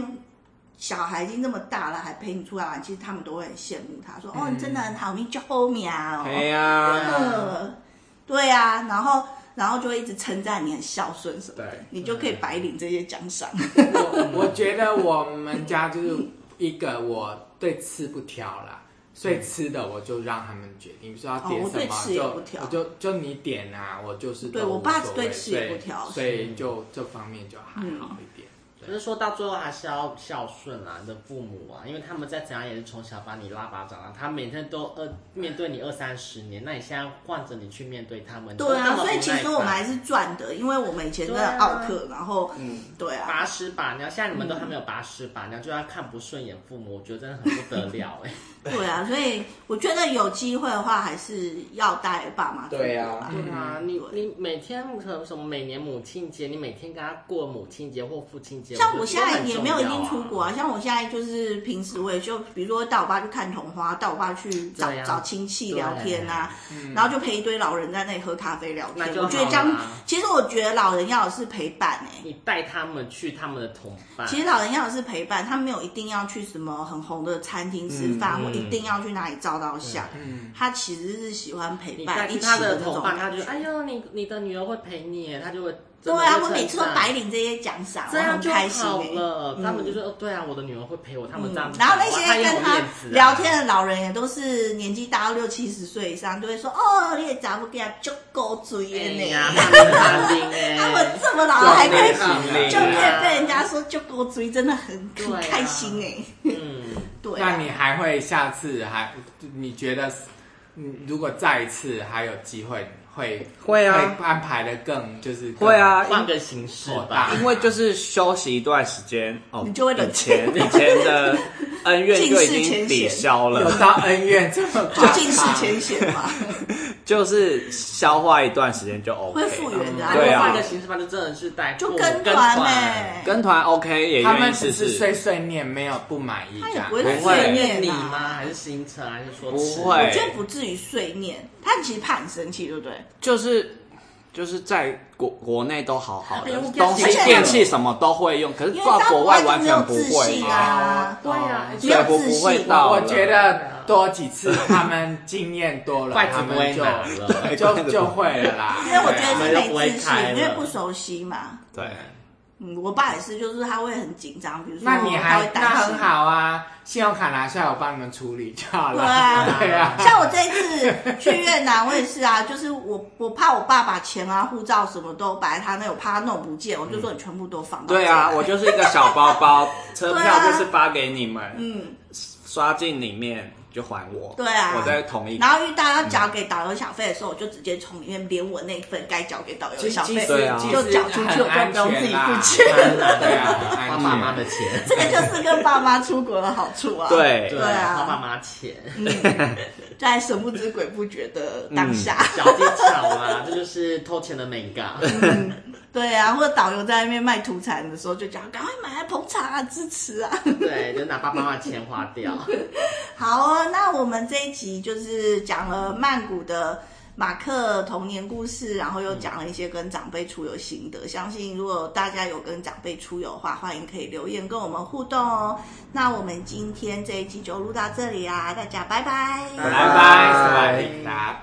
[SPEAKER 1] 小孩已经这么大了，还陪你出来玩，其实他们都会很羡慕他，
[SPEAKER 3] 哎
[SPEAKER 1] 说：“哦，你真的很好，你就后面啊。”
[SPEAKER 3] 哎呀，
[SPEAKER 1] 哦呃，对啊，然后然后就会一直称赞你很孝顺什么的
[SPEAKER 2] 对，嗯
[SPEAKER 1] 你就可以白领这些奖赏。
[SPEAKER 2] 我我觉得我们家就是一个我对吃不挑啦，所以吃的我就让他们决定，说要点
[SPEAKER 1] 哦我
[SPEAKER 2] 什
[SPEAKER 1] 对
[SPEAKER 2] 么
[SPEAKER 1] 吃也
[SPEAKER 2] 就
[SPEAKER 1] 不挑
[SPEAKER 2] 我就就你点啊，我就是都
[SPEAKER 1] [LAUGHS] 对我
[SPEAKER 2] 无
[SPEAKER 1] 爸
[SPEAKER 2] 所
[SPEAKER 1] 对
[SPEAKER 2] 谓
[SPEAKER 1] 吃也
[SPEAKER 2] 所以
[SPEAKER 1] 不挑
[SPEAKER 2] 所以就这方面就还
[SPEAKER 1] 嗯
[SPEAKER 2] 好一点。
[SPEAKER 5] 可是说到最后还是要孝顺啊，你的父母啊，因为他们在怎样也是从小把你拉拔长大，他每天都二面对你二三十年，那你现在换着你去面对他们，
[SPEAKER 1] 对啊，
[SPEAKER 5] 你就
[SPEAKER 1] 所以其实我们还
[SPEAKER 5] 是
[SPEAKER 1] 是赚的，因为我们以前真
[SPEAKER 5] 对
[SPEAKER 1] 的
[SPEAKER 5] 啊
[SPEAKER 1] 奥克，然后嗯，对啊，
[SPEAKER 5] 拔屎拔尿，现在你们都还没有拔屎拔尿，就要看不顺眼父母，我觉得真的很不得了哎、
[SPEAKER 1] 对啊，所以我觉得有机会的话，还是要带爸妈出国
[SPEAKER 7] 对啊
[SPEAKER 1] 啦。
[SPEAKER 2] 嗯
[SPEAKER 5] 对啊，你你每天可能什么每年母亲节，你每天跟他过母亲节或父亲节，
[SPEAKER 1] 像我
[SPEAKER 5] 觉
[SPEAKER 1] 现
[SPEAKER 5] 得
[SPEAKER 1] 在
[SPEAKER 5] 很
[SPEAKER 1] 也没有一
[SPEAKER 5] 重要
[SPEAKER 1] 定出国
[SPEAKER 5] 啊，
[SPEAKER 1] 啊，像我现在就是平时我也就比如说带我爸去看桐花，带我爸去找、
[SPEAKER 5] 对啊
[SPEAKER 1] 找亲戚聊天啊，
[SPEAKER 2] 嗯
[SPEAKER 1] 然后就陪一堆老人在那里喝咖啡聊天
[SPEAKER 5] 那。就
[SPEAKER 1] 我觉得
[SPEAKER 5] 好
[SPEAKER 1] 这样
[SPEAKER 5] 啦，
[SPEAKER 1] 其实我觉得老人要的是陪伴哎、
[SPEAKER 5] 你带他们去他们的同伴，
[SPEAKER 1] 其实老人要的是陪伴，他没有一定要去什么很红的餐厅吃
[SPEAKER 5] 嗯
[SPEAKER 1] 饭，或一定要去哪里照到相。
[SPEAKER 2] 嗯，
[SPEAKER 1] 他其实是喜欢陪
[SPEAKER 5] 你
[SPEAKER 1] 伴
[SPEAKER 5] 带，
[SPEAKER 1] 一
[SPEAKER 5] 去
[SPEAKER 1] 起
[SPEAKER 5] 他的
[SPEAKER 1] 那
[SPEAKER 5] 同
[SPEAKER 1] 种
[SPEAKER 5] 伴，
[SPEAKER 1] 感
[SPEAKER 5] 他
[SPEAKER 1] 觉。
[SPEAKER 5] 就哎呦，你你的女儿会陪你耶，他就会
[SPEAKER 1] 对
[SPEAKER 5] 真的
[SPEAKER 1] 啊，
[SPEAKER 5] 会
[SPEAKER 1] 我每次都
[SPEAKER 5] 称赞
[SPEAKER 1] 白领这些奖赏，
[SPEAKER 5] 这
[SPEAKER 1] 我
[SPEAKER 5] 样
[SPEAKER 1] 很
[SPEAKER 5] 就
[SPEAKER 1] 开心
[SPEAKER 5] 好
[SPEAKER 1] 欸
[SPEAKER 5] 了。他
[SPEAKER 1] 嗯
[SPEAKER 5] 们就说，哦对啊，我的女儿会陪我，他们
[SPEAKER 1] 嗯
[SPEAKER 5] 这样子
[SPEAKER 1] 然
[SPEAKER 5] 讲
[SPEAKER 1] 后
[SPEAKER 5] 话，
[SPEAKER 1] 那些
[SPEAKER 5] 也
[SPEAKER 1] 跟
[SPEAKER 5] 有
[SPEAKER 1] 他
[SPEAKER 5] 面子啊
[SPEAKER 1] 聊天的老人也都是年纪大到六七十岁以上，就会说：“哦，你也长不给他就狗嘴
[SPEAKER 5] 哎
[SPEAKER 1] 耶呢。
[SPEAKER 5] 呀， [LAUGHS] 他们很拼哎，
[SPEAKER 1] [LAUGHS] 他们这么老了哦还可以
[SPEAKER 2] 以
[SPEAKER 1] 就可以被人家说就狗嘴，真的很
[SPEAKER 5] 对啊
[SPEAKER 1] 很开心哎。
[SPEAKER 5] 嗯，
[SPEAKER 1] [LAUGHS] 对
[SPEAKER 2] 那
[SPEAKER 1] 啊，
[SPEAKER 2] 你还会下次还你觉得，嗯，如果再一次还有机会，会
[SPEAKER 3] 会啊
[SPEAKER 2] 会安排的更就是更
[SPEAKER 3] 会，啊，
[SPEAKER 5] 换个形式
[SPEAKER 2] 妥
[SPEAKER 5] 吧
[SPEAKER 2] 当。
[SPEAKER 3] 因为就是休息一段时间哦，
[SPEAKER 1] 你就会冷
[SPEAKER 3] 以前以前的
[SPEAKER 1] [LAUGHS]
[SPEAKER 3] 恩怨就已
[SPEAKER 1] 尽释前
[SPEAKER 3] 经
[SPEAKER 1] 嫌
[SPEAKER 3] 抵消
[SPEAKER 2] 有
[SPEAKER 3] 了，
[SPEAKER 2] 到恩怨这么
[SPEAKER 1] 就
[SPEAKER 2] 夸
[SPEAKER 1] 尽释
[SPEAKER 2] 张
[SPEAKER 1] 前嫌嘛，
[SPEAKER 3] [LAUGHS] 就是消化一段时间就 OK
[SPEAKER 1] 会
[SPEAKER 3] 了。
[SPEAKER 1] 复原的。
[SPEAKER 5] 然后
[SPEAKER 3] 对啊
[SPEAKER 5] 换个形式吧，就真的是带
[SPEAKER 1] 就
[SPEAKER 5] 父母
[SPEAKER 1] 跟
[SPEAKER 5] 跟
[SPEAKER 1] 团
[SPEAKER 5] 团。
[SPEAKER 1] 哎，
[SPEAKER 3] 跟团 OK 也
[SPEAKER 2] 他们
[SPEAKER 3] 愿意
[SPEAKER 2] 只
[SPEAKER 3] 试
[SPEAKER 2] 是
[SPEAKER 3] 试，
[SPEAKER 2] 碎碎念，没有不满意
[SPEAKER 1] 他
[SPEAKER 2] 这
[SPEAKER 1] 也
[SPEAKER 2] 样
[SPEAKER 1] 哎不。会很
[SPEAKER 3] 不会
[SPEAKER 1] 碎念
[SPEAKER 5] 你
[SPEAKER 1] 啊
[SPEAKER 5] 吗？还是行程？还是说
[SPEAKER 3] 不
[SPEAKER 5] 吃
[SPEAKER 3] 会
[SPEAKER 1] 我觉得不至于碎念，他其实怕你生气，对不对？
[SPEAKER 3] 就是就是在国国内都好好的
[SPEAKER 5] 哎呦不要
[SPEAKER 3] 东西
[SPEAKER 1] 而且
[SPEAKER 3] 电器什么都会用，可是
[SPEAKER 1] 因为
[SPEAKER 3] 到
[SPEAKER 1] 他
[SPEAKER 3] 国外完全不
[SPEAKER 1] 没有自
[SPEAKER 3] 会
[SPEAKER 1] 信啊，
[SPEAKER 5] 对啊，
[SPEAKER 1] 没有
[SPEAKER 3] 不
[SPEAKER 1] 自
[SPEAKER 3] 不会
[SPEAKER 1] 信
[SPEAKER 3] 到
[SPEAKER 2] 哦我
[SPEAKER 3] 了
[SPEAKER 2] 觉得多几次，他们经验多了，
[SPEAKER 5] 筷子
[SPEAKER 2] 他
[SPEAKER 5] 不会
[SPEAKER 2] 们就
[SPEAKER 5] 拿了，
[SPEAKER 2] 就就会了啦。
[SPEAKER 1] 因为我觉
[SPEAKER 2] 对啊
[SPEAKER 1] 得
[SPEAKER 5] 对啊
[SPEAKER 1] 是没自信
[SPEAKER 5] 那就不会开，了
[SPEAKER 1] 因为不熟悉嘛。
[SPEAKER 3] 对，
[SPEAKER 1] 嗯，我爸也是，就是他会很紧张，比如说
[SPEAKER 2] 那你
[SPEAKER 1] 哦他会
[SPEAKER 2] 还
[SPEAKER 1] 担
[SPEAKER 2] 那
[SPEAKER 1] 心
[SPEAKER 2] 很。好啊，信用卡拿下来，我帮你们处理就好
[SPEAKER 1] 对
[SPEAKER 2] 了。
[SPEAKER 1] 啊，
[SPEAKER 2] [LAUGHS] 对啊，
[SPEAKER 1] 像我这一次去越南，我也是啊，就是我我怕我爸把钱啊、护照什么都摆在他那，我怕他弄不见，我就
[SPEAKER 2] 嗯
[SPEAKER 1] 说你全部都放到这里
[SPEAKER 3] 对
[SPEAKER 1] 来
[SPEAKER 3] 啊，我就是一个小包
[SPEAKER 1] [LAUGHS]
[SPEAKER 3] 包，车票就是发给你们，
[SPEAKER 1] 嗯，
[SPEAKER 3] 刷进里面就还我。
[SPEAKER 1] 对啊
[SPEAKER 3] 我再同一
[SPEAKER 1] 然后遇到
[SPEAKER 2] 嗯
[SPEAKER 1] 要交给导游小费的时候，我就直接从里面连我那一份该交给导游
[SPEAKER 2] 其
[SPEAKER 1] 的小
[SPEAKER 2] 其
[SPEAKER 1] 费
[SPEAKER 2] 实
[SPEAKER 3] 对啊
[SPEAKER 2] 其
[SPEAKER 1] 就
[SPEAKER 2] 实
[SPEAKER 1] 缴出去，我就
[SPEAKER 2] 很安
[SPEAKER 1] 不用自
[SPEAKER 2] 全
[SPEAKER 1] 己
[SPEAKER 2] 啦
[SPEAKER 1] 付钱了。
[SPEAKER 2] 对啊，很
[SPEAKER 5] 花
[SPEAKER 2] 安
[SPEAKER 1] [LAUGHS]
[SPEAKER 5] 爸
[SPEAKER 2] 全
[SPEAKER 5] 妈的钱，
[SPEAKER 1] 这个就是跟爸妈出国的好处啊。
[SPEAKER 3] 对
[SPEAKER 1] 嗯对啊
[SPEAKER 5] 花爸妈钱，
[SPEAKER 1] 在神不知鬼不觉的当下，
[SPEAKER 2] 嗯
[SPEAKER 5] 小技巧啊，这就是偷钱的
[SPEAKER 1] [LAUGHS]
[SPEAKER 5] 美感。
[SPEAKER 1] 对啊，或者导游在那边卖土产的时候，就讲赶快买来捧场啊，支持啊。 [LAUGHS]
[SPEAKER 5] 对，就拿爸爸妈妈的钱花掉。
[SPEAKER 1] 好哦，那我们这一集就是讲了曼谷的马克童年故事，然后又讲了一些跟长辈出游心得。相信如果大家有跟长辈出游的话，欢迎可以留言跟我们互动哦。那我们今天这一集就录到这里啊，大家拜拜，
[SPEAKER 3] 拜拜
[SPEAKER 2] สวัสดีครับ